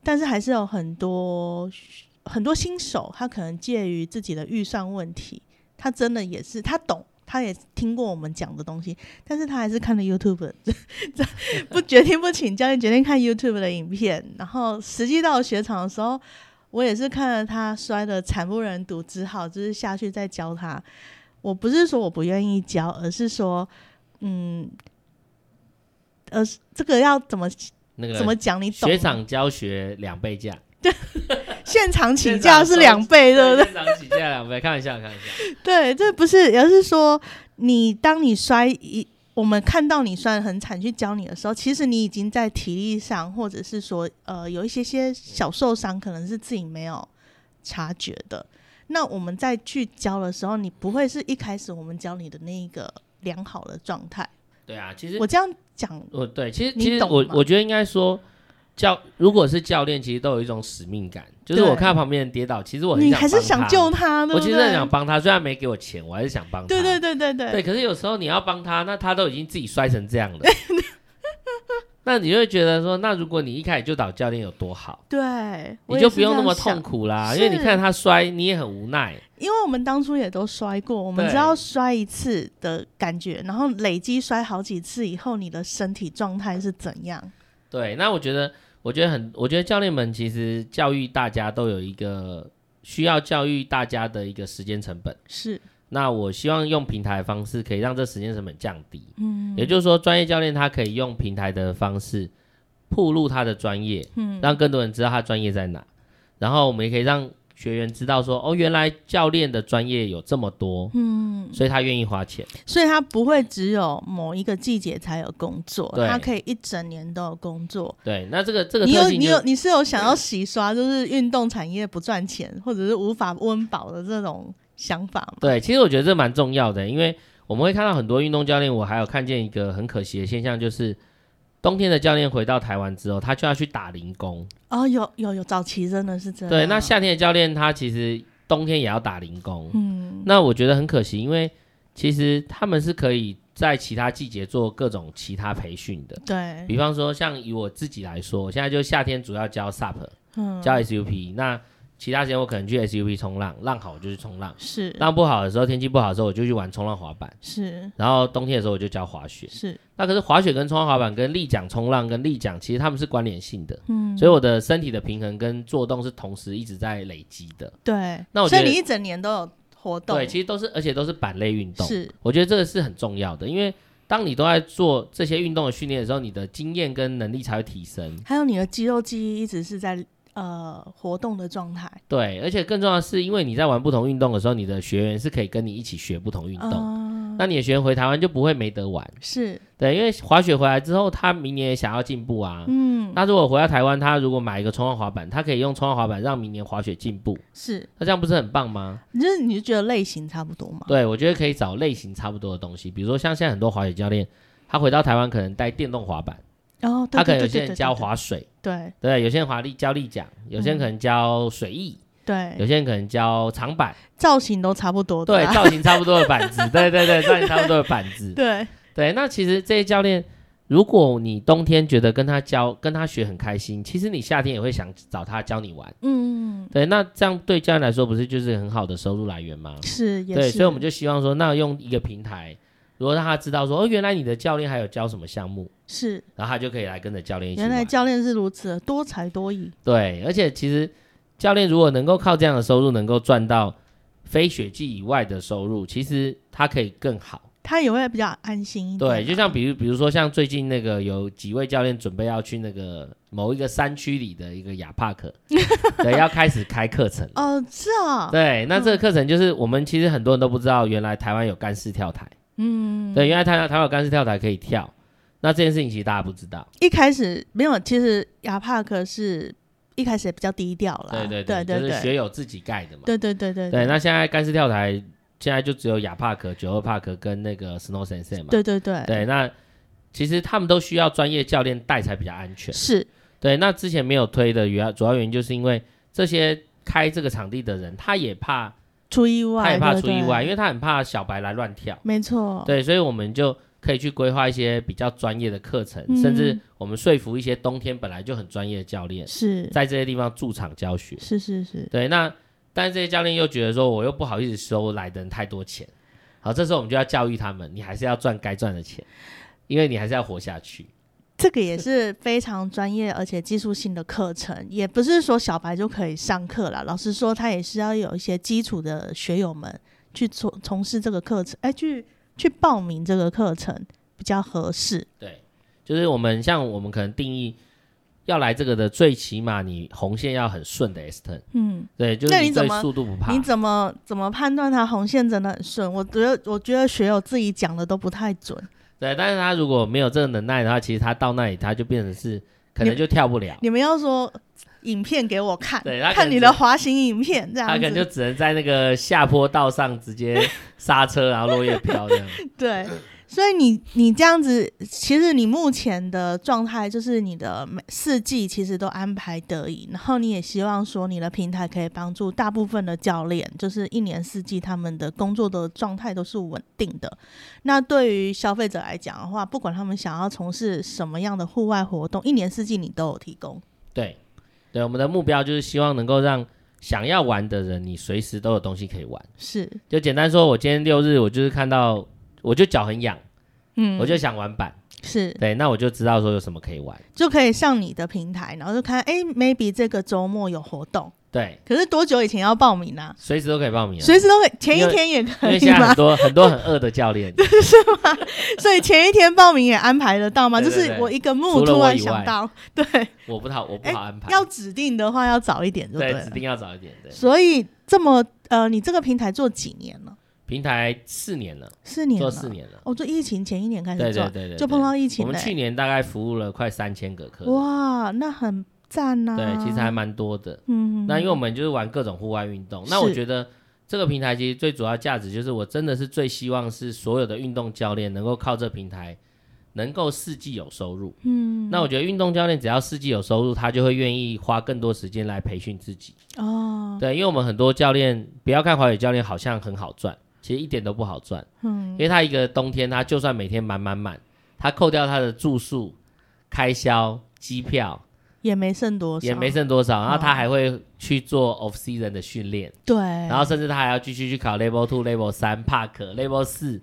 但是还是有很多很多新手，他可能介于自己的预算问题，他真的也是他懂。他也听过我们讲的东西，但是他还是看了 YouTube，的 [LAUGHS] 不决定不请教练，决定看 YouTube 的影片。然后实际到雪场的时候，我也是看了他摔得惨不忍睹，只好就是下去再教他。我不是说我不愿意教，而是说，嗯，呃，这个要怎么那个怎么讲？你懂吗？学长教学两倍价，现场起现价场是两倍，对不对？学长起价两倍，开玩笑，开玩笑。对，这不是，而是说你当你摔一，我们看到你摔得很惨去教你的时候，其实你已经在体力上，或者是说呃有一些些小受伤，可能是自己没有察觉的。那我们再去教的时候，你不会是一开始我们教你的那一个良好的状态。对啊，其实我这样讲，我对，其实你其实懂我吗我觉得应该说。教如果是教练，其实都有一种使命感，就是对我看到旁边人跌倒，其实我很你想还是帮想他救他，对我不其对？实很想帮他，虽然没给我钱，我还是想帮他。对对对对对对，可是有时候你要帮他，那他都已经自己摔成 [LAUGHS] 这样了，那你就会觉得说，那如果你一开始就找教练有多好，对，我你也就是不用这那样么想痛苦啦，是因为你看他摔，你也很无奈。因为我们当初也都摔过，我们对只要摔一次的感觉，然后累积摔好几次以后，你的身体状态是怎样？对，那我觉得，我觉得很，我觉得教练们其实教育大家都有一个需要教育大家的一个时间成本。是，那我希望用平台的方式可以让这时间成本降低。嗯，也就是说，专业教练他可以用平台的方式铺露他的专业，嗯，让更多人知道他专业在哪。然后我们也可以让学员知道说，哦，原来教练的专业有这么多，嗯，所以他愿意花钱。所以他不会只有某一个季节才有工作，对他可以一整年都有工作。对，那这个这个你有特性你就有你是有想要洗刷，就是运动产业不赚钱，或者是无法温饱的这种想法吗？对，其实我觉得这蛮重要的，因为我们会看到很多运动教练，我还有看见一个很可惜的现象，就是冬天的教练回到台湾之后，他就要去打零工。哦，有有有，早期真的是这样。对，那夏天的教练他其实冬天也要打零工。嗯那我觉得很可惜，因为其实他们是可以在其他季节做各种其他培训的。对，比方说，像以我自己来说，我现在就夏天主要教 SUP，嗯教 SUP、那其他时间我可能去 SUP 冲浪，浪好我就去冲浪。是浪不好的时候，天气不好的时候，我就去玩冲浪滑板。是然后冬天的时候我就教滑雪。是，那可是滑雪跟冲浪滑板跟立桨冲浪跟立桨，其实它们是关联性的，嗯，所以我的身体的平衡跟做动是同时一直在累积的。对，那我所以觉得你一整年都有活动，对，其实都是，而且都是板类运动。是我觉得这个是很重要的，因为当你都在做这些运动的训练的时候，你的经验跟能力才会提升。还有你的肌肉记忆一直是在呃活动的状态，对，而且更重要的是，因为你在玩不同运动的时候，你的学员是可以跟你一起学不同运动。嗯，那你的学员回台湾就不会没得玩，是对，因为滑雪回来之后，他明年也想要进步啊。嗯那如果回到台湾，他如果买一个冲浪滑板，他可以用冲浪滑板让明年滑雪进步，是，那这样不是很棒吗？就是你就觉得类型差不多嘛，对，我觉得可以找类型差不多的东西，比如说像现在很多滑雪教练，他回到台湾可能带电动滑板，然后他可能有些人教滑水，对对，有些人滑力教力桨，有些人可能教水翼，有对些人可能教长板，造型都差不多的对，啊，造型差不多的板子，对对对，造型差不多的板子，对对，那其实这些教练如果你冬天觉得跟他教、跟他学很开心，其实你夏天也会想找他教你玩。嗯，对，那这样对教练来说不是就是很好的收入来源吗？是也对，是，所以我们就希望说，那用一个平台，如果让他知道说，哦，原来你的教练还有教什么项目，是然后他就可以来跟着教练一起原玩来。教练是如此多才多艺，对，而且其实教练如果能够靠这样的收入能够赚到非雪季以外的收入，其实他可以更好。他也会比较安心一点。啊对，就像比如比如说像最近那个有几位教练准备要去那个某一个山区里的一个雅帕克， [LAUGHS] 对，要开始开课程。哦，是啊，对，那这个课程就是我们其实很多人都不知道，原来台湾有干式跳台。嗯，对，原来台湾台湾有干式跳台可以跳。嗯那这件事情其实大家不知道，一开始没有，其实亚帕克是一开始也比较低调啦，对对对对，就是对学友自己盖的嘛。对对对对对，那现在干式跳台现在就只有亚帕克、九二帕克跟那个 Snow Sensei 嘛。对对对对，那其实他们都需要专业教练带才比较安全。是对，那之前没有推的原主要原因就是因为这些开这个场地的人，他也怕出意外，他也怕对出不意外，对因为他很怕小白来乱跳。没错，对，所以我们就可以去规划一些比较专业的课程，嗯甚至我们说服一些冬天本来就很专业的教练，是在这些地方驻场教学。是是是，对，那但是这些教练又觉得说，我又不好意思收来的人太多钱，好，这时候我们就要教育他们，你还是要赚该赚的钱，因为你还是要活下去。这个也是非常专业而且技术性的课程，也不是说小白就可以上课了。老实说，他也是要有一些基础的学友们去从从事这个课程，哎，去去报名这个课程比较合适。对，就是我们像我们可能定义要来这个的，最起码你红线要很顺的 S turn，嗯，对，就那是你怎对么速度不怕你。怎么怎么判断他红线真的很顺？我觉得我觉得学友自己讲的都不太准。对，但是他如果没有这个能耐的话，其实他到那里他就变成是可能就跳不了，你们要说影片给我看，对他可看能你只的滑行影片这他样可能就子，只能在那个下坡道上 [LAUGHS] 直接刹车，然后落叶飘这样。对。所以你你这样子，其实你目前的状态就是你的每四季其实都安排得宜，然后你也希望说你的平台可以帮助大部分的教练，就是一年四季他们的工作的状态都是稳定的。那对于消费者来讲的话，不管他们想要从事什么样的户外活动，一年四季你都有提供。对，对，我们的目标就是希望能够让想要玩的人，你随时都有东西可以玩。是，就简单说，我今天六日我就是看到，我就脚很痒，嗯，我就想玩板，是对，那我就知道说有什么可以玩。就可以上你的平台，然后就看，哎、m a y b e 这个周末有活动，对，可是多久以前要报名啊？随时都可以报名啊。随时都可以，前因一为天也因可为以现在 [LAUGHS] 吗很？多很多很饿的教练， [LAUGHS] 所以前一天报名也安排得到吗？对对就对是我一个除幕了突我然以想外到，对，我不好我不好安排，哎要指定的话要早一点就对，了指。定要早一点。对，所以这么呃，你这个平台做几年了？平台四年了，四年做了。四年了，哦，就疫情前一年开始对做，对对对，就碰到疫情我了们去年大概服务了快三千个客人，哇，那很赞呐、对，其实还蛮多的。啊嗯，那因为我们就是玩各种户外运动，那我是觉得这个平台其实最主要价值就是，我真的是最希望是所有的运动教练能够靠这平台，能够四季有收入。嗯，那我觉得运动教练只要四季有收入，他就会愿意花更多时间来培训自己。哦，对，因为我们很多教练，不要看华语教练好像很好赚，其实一点都不好赚。嗯，因为他一个冬天，他就算每天满满满，他扣掉他的住宿、开销、机票。也没剩多少，嗯也没剩多少，然后他还会去做 off season 的训练，对，然后甚至他还要继续去考 level two、level 三、park、level 四，然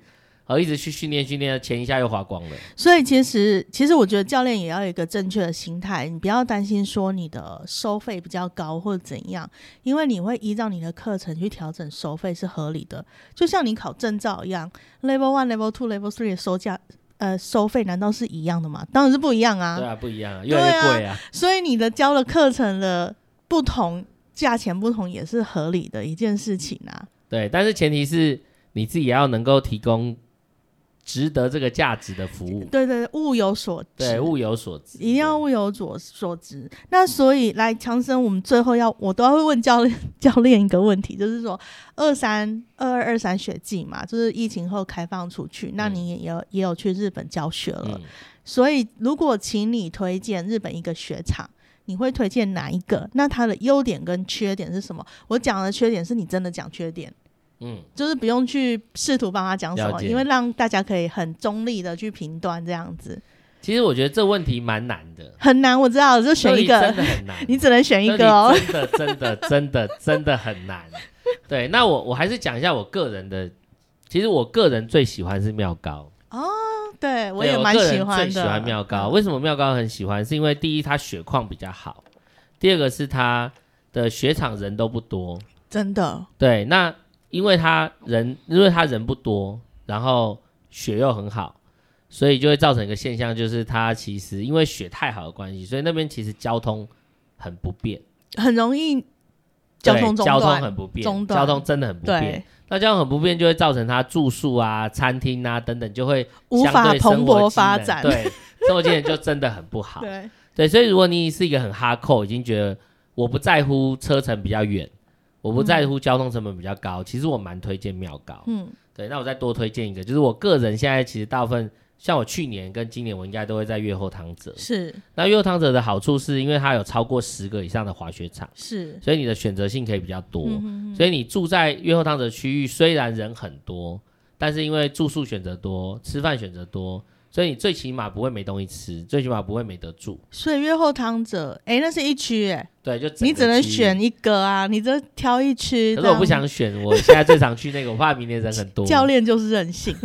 后一直去训练训练，钱一下又花光了。所以其实，其实我觉得教练也要有一个正确的心态，你不要担心说你的收费比较高或者怎样，因为你会依照你的课程去调整收费是合理的。就像你考证照一样，Level One、Level Two、Level Three 的收价，呃，收费难道是一样的吗？当然是不一样啊。对啊，不一样啊，越来越贵啊。所以你的教的课程的不同，价钱不同也是合理的一件事情啊。对，但是前提是你自己也要能够提供值得这个价值的服务，对对，对物有所值。啊对，物有所值，一定要物有所所值。那所以来强生，我们最后要我都要问教练教练一个问题，就是说二三二二二三学季嘛，就是疫情后开放出去，那嗯你也有、也有去日本教学了。嗯。所以如果请你推荐日本一个雪场。你会推荐哪一个？那它的优点跟缺点是什么？我讲的缺点是你真的讲缺点，嗯，就是不用去试图帮他讲什了么，解因为让大家可以很中立的去评断这样子。其实我觉得这问题蛮难的，很难，我知道，就选一这里真个，的很难， [LAUGHS] 你只能选一这个里哦。真的真的真的真的很难。对，那我我还是讲一下我个人的，其实我个人最喜欢是妙高， [LAUGHS] 对，我对也我蛮个人喜欢的。嗯最喜欢妙高，为什么妙高很喜欢？是因为第一，它雪况比较好；第二个是它的雪场人都不多。真的，对，那因为他人，因为他人不多，然后雪又很好，所以就会造成一个现象，就是它其实因为雪太好的关系，所以那边其实交通很不便，很容易对交通中交通断。很不便，中断交通真的很不便对。，那交通很不便，就会造成他住宿啊、餐厅啊等等就会无相法对生蓬活勃机发能展。对，生活机能就真的很 [LAUGHS] 不好。对，对，所以如果你是一个很哈扣，已经觉得我不在乎车程比较远，我不在乎交通成本比较高，其实我蛮推荐妙高。嗯，对，那我再多推荐一个，就是我个人现在其实大部分，像我去年跟今年，我应该都会在月后汤泽。是那月后汤泽的好处是因为它有超过十个以上的滑雪场，是，所以你的选择性可以比较多。嗯哼哦所以你住在月后汤泽区域，虽然人很多，但是因为住宿选择多，吃饭选择多，所以你最起码不会没东西吃，最起码不会没得住。所以月后汤者，哎，那是一区，哎，对，就整你个只能区域选。一个啊，你这挑一区。可是我不这样想选，我现在最常去那个，我怕明年人 [LAUGHS] 很多。教练就是任 [LAUGHS] 性，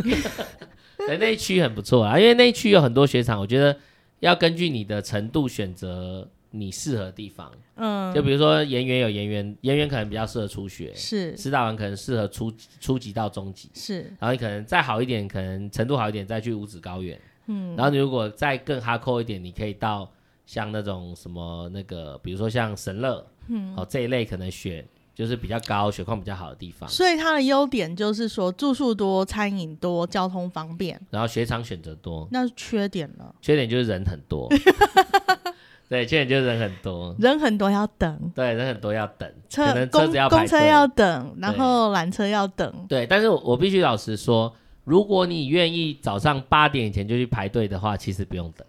对，那一区很不错啊，因为那一区有很多雪场，我觉得要根据你的程度选择你适合的地方。嗯，就比如说盐源有盐源，盐源可能比较适合初学，是师大完可能适合初初级到中级，是，然后你可能再好一点，可能程度好一点再去五指高原，嗯，然后你如果再更哈扣一点，你可以到像那种什么那个，比如说像神乐，嗯，哦这一类可能雪就是比较高，雪况比较好的地方，所以它的优点就是说住宿多、餐饮多、交通方便，然后雪场选择多，那是缺点了，缺点就是人很 [LAUGHS] 多。对，缺点就是人很多，人很多要等。对，人很多要等，车可能车公子要排公车队要等，然对后缆车要等，对。但是我我必须老实说，如果你愿意早上八点以前就去排队的话，其实不用等。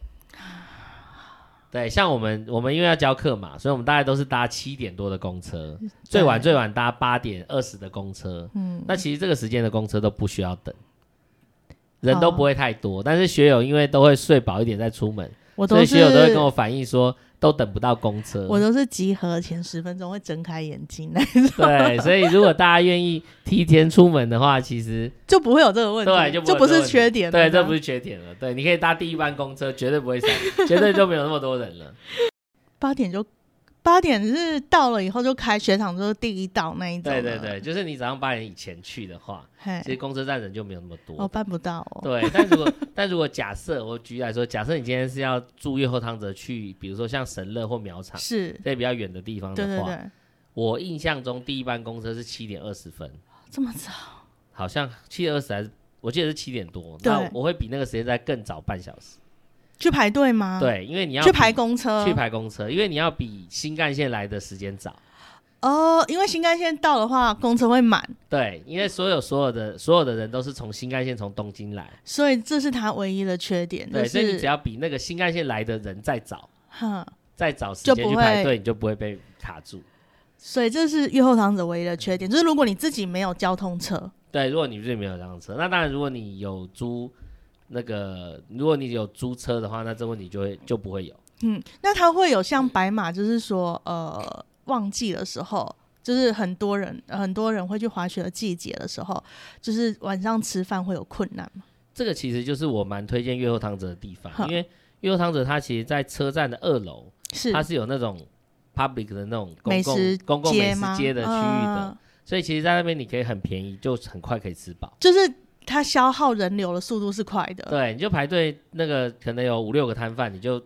对，像我们我们因为要教课嘛，所以我们大概都是搭七点多的公车，嗯最晚最晚搭八点二十的公车。嗯，那其实这个时间的公车都不需要等，人都哦不会太多。但是学友因为都会睡饱一点再出门，我所都以是学友都会跟我反映说，都等不到公车。我都是集合前十分钟会睁开眼睛 [LAUGHS] 那种，对，所以如果大家愿意提前出门的话，其实就不会有这个问题，对就不会有不这个是问题缺点了对，啊吗，这不是缺点了。对，你可以搭第一班公车，绝对不会塞， [LAUGHS] 绝对就没有那么多人 [LAUGHS] 了。八点就八点是到了以后就开雪场，就是第一道那一种，对对，对，就是你早上八点以前去的话，其实嘿，公车站人就没有那么我多。办不到哦，对，但如果但如果假设我举例来说，假设你今天是要住月后汤泽去，比如说像神乐或苗场是，这些比较远的地方对的对话，对，我印象中第一班公车是七点二十分，这么早，好像七点二十还是我记得是七点多，对那我会比那个时间再更早半小时。去排队吗？，对，因为你要去比排公车，嗯去排公车，因为你要比新干线来的时间早。哦，因为新干线到的话，公车会满，对，因为所有所有的所有的人都是从新干线从东京来，所以这是它唯一的缺点，就对，所以你只是，要比那个新干线来的人再早，哼。再早时就间不去排会队，你就不会被卡住。所以这是月后堂者唯一的缺点，就是如果你自己没有交通车，对，如果你自己没有这辆车，那当然，如果你有租那个，如果你有租车的话，那这问题就会就不会有。嗯，那它会有像白马，就是说呃旺季的时候，就是很多人很多人会去滑雪的季节的时候，就是晚上吃饭会有困难吗？这个其实就是我蛮推荐月后汤泽的地方，哼因为月后汤泽它其实在车站的二楼，是它是有那种 public 的那种公美共食公共美吗？食街的区域的，嗯所以其实，在那边你可以很便宜，就很快可以吃饱。就是它消耗人流的速度是快的对，你就排队那个可能有五六个摊贩，你就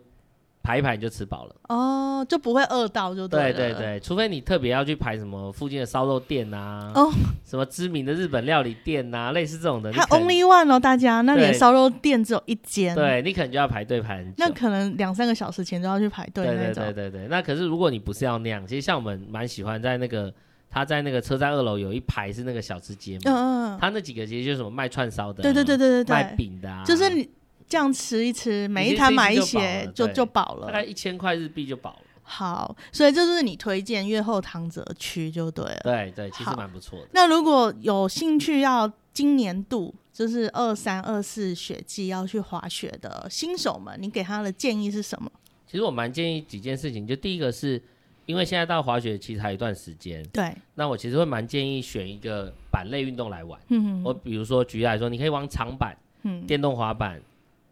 排一排你就吃饱了。哦，就不会饿到就对了。对对，除非你特别要去排什么附近的烧肉店呐、哦什么知名的日本料理店呐、类似这种的，你它可能 only one 哦，大家那里的对烧肉店只有一间，，对你可能就要排队排很久那。可能两三个小时前就要去排队对那种。对对对对，那可是如果你不是要那样，其实像我们蛮喜欢在那个他在那个车站二楼有一排是那个小吃街嘛，嗯嗯嗯，他那几个其实就是什么卖串烧的、啊对对对，对对卖对，饼的、啊，就是你这样吃一吃，每你一其实摊吃一买次一就饱些了就对就饱大概了。一千块日币就饱了。好，所以这就是你推荐月后堂泽区就对了。对对，其实好蛮不错的。那如果有兴趣要今年度就是二三二四雪季要去滑雪的新手们，你给他的建议是什么？其实我蛮建议几件事情，就第一个是，因为现在到滑雪其实还有一段时间，对，那我其实会蛮建议选一个板类运动来玩。嗯我比如说举例来说，你可以玩长板、嗯电动滑板、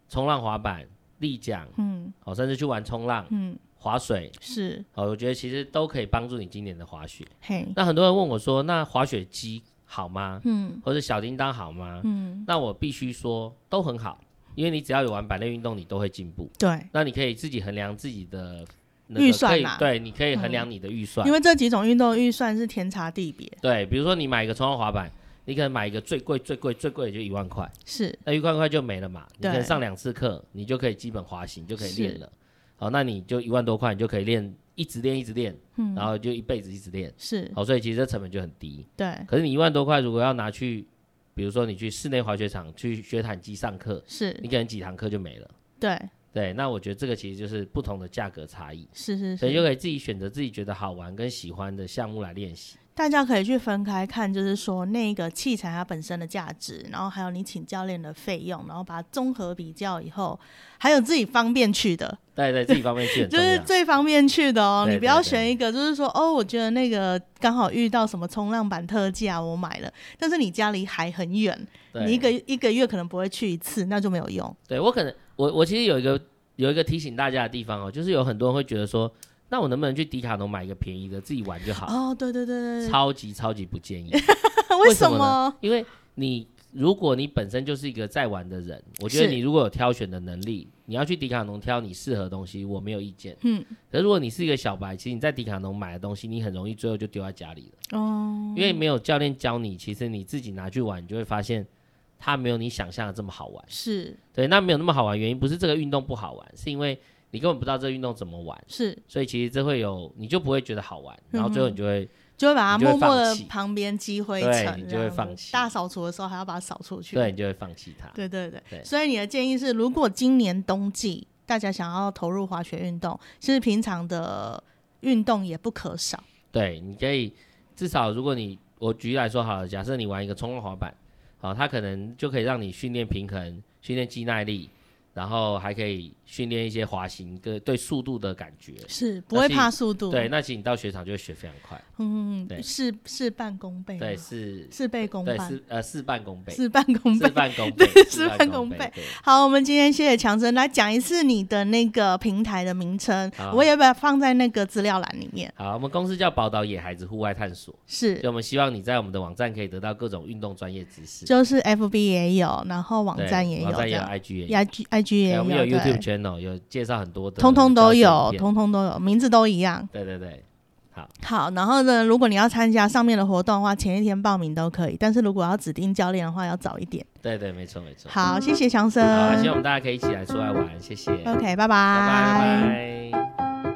冲浪滑板、立桨，嗯哦，甚至去玩冲浪、嗯，划水，是，哦，我觉得其实都可以帮助你今年的滑雪。嘿，那很多人问我说，那滑雪机好吗？嗯或者小叮当好吗？嗯，那我必须说都很好，因为你只要有玩板类运动，你都会进步。对，那你可以自己衡量自己的那个预算可以啦对，你可以衡量你的预算。因为这几种运动预算是天差地别，对，比如说你买一个冲浪滑板，你可能买一个最贵最贵最贵也就一万块，是，那一万块就没了嘛。你对可能上两次课，你就可以基本滑行就可以练是了。好，那你就一万多块，你就可以练，一直练一直练，嗯然后就一辈子一直练。是，好，所以其实这成本就很低。对，可是你一万多块如果要拿去，比如说你去室内滑雪场去雪毯机上课，是你，可能几堂课就没了。对，对，那我觉得这个其实就是不同的价格差异，是是。所以就是可以自己选择自己觉得好玩跟喜欢的项目来练习。大家可以去分开看，就是说那个器材它本身的价值，然后还有你请教练的费用，然后把它综合比较以后，还有自己方便去的，对对，自己方面去很就重要。是最方便去的哦，对你不要对对选一个，就是说哦，我觉得那个刚好遇到什么冲浪板特价，我买了，但是你家离还很远，对你一个一个月可能不会去一次，那就没有用。对我可能我我其实有一个有一个提醒大家的地方哦，就是有很多人会觉得说，那我能不能去迪卡侬买一个便宜的自己玩就好？哦，对对对对超级超级不建 [LAUGHS] 议，对，为什什么呢？因为你如果你本身就是一个在玩的人，我觉得是你如果有挑选的能力，你要去迪卡侬挑你适合的东西，我没有意见。嗯，可是如果你是一个小白，其实你在迪卡侬买的东西，你很容易最后就丢在家里了，哦，因为没有教练教你，其实你自己拿去玩，你就会发现它没有你想象的这么好玩。是对，那没有那么好玩，原因不是这个运动不好玩，是因为你根本不知道这个运动怎么玩，是，所以其实这会有你就不会觉得好玩，然后最后你就会、就会把它你就会默默的放弃旁边积灰对尘，你就这会样子放弃大扫除的时候还要把它扫出去。对你就会放弃它。对对对，对所以你的建议是，如果今年冬季大家想要投入滑雪运动，其实平常的运动也不可少。对，你可以至少如果你我举例来说好了，假设你玩一个冲浪滑板，好、它可能就可以让你训练平衡、训练肌耐力，然后还可以训练一些滑行跟对速度的感觉。是不会是怕速度，对，，那其实你到雪场就会学非常快，嗯，对事事半功倍吗，对，是，事倍功对半，是呃事半功倍，事半功事倍。半功对倍，事半功倍对 [LAUGHS] 好，我们今天谢谢强生来讲一次你的那个平台的名称好，我也把它放在那个资料栏里面。好，我们公司叫宝岛野孩子户外探索，所以是，我们希望你在我们的网站可以得到各种运动专业知识，就是 FB 也有，然后网对站也有，网站这也有样，IG 也有， ，IG IG 也对我们有对，YouTube channel，有介绍很多的，通通都有，通通都有，名字都一样。对对对，好，然后呢，如果你要参加上面的活动的话，前一天报名都可以，但是如果要指定教练的话，要早一点。对对，没错没错。好，好，谢谢强生啊希望我们大家可以一起来出来玩，谢谢，拜，OK，拜拜拜拜。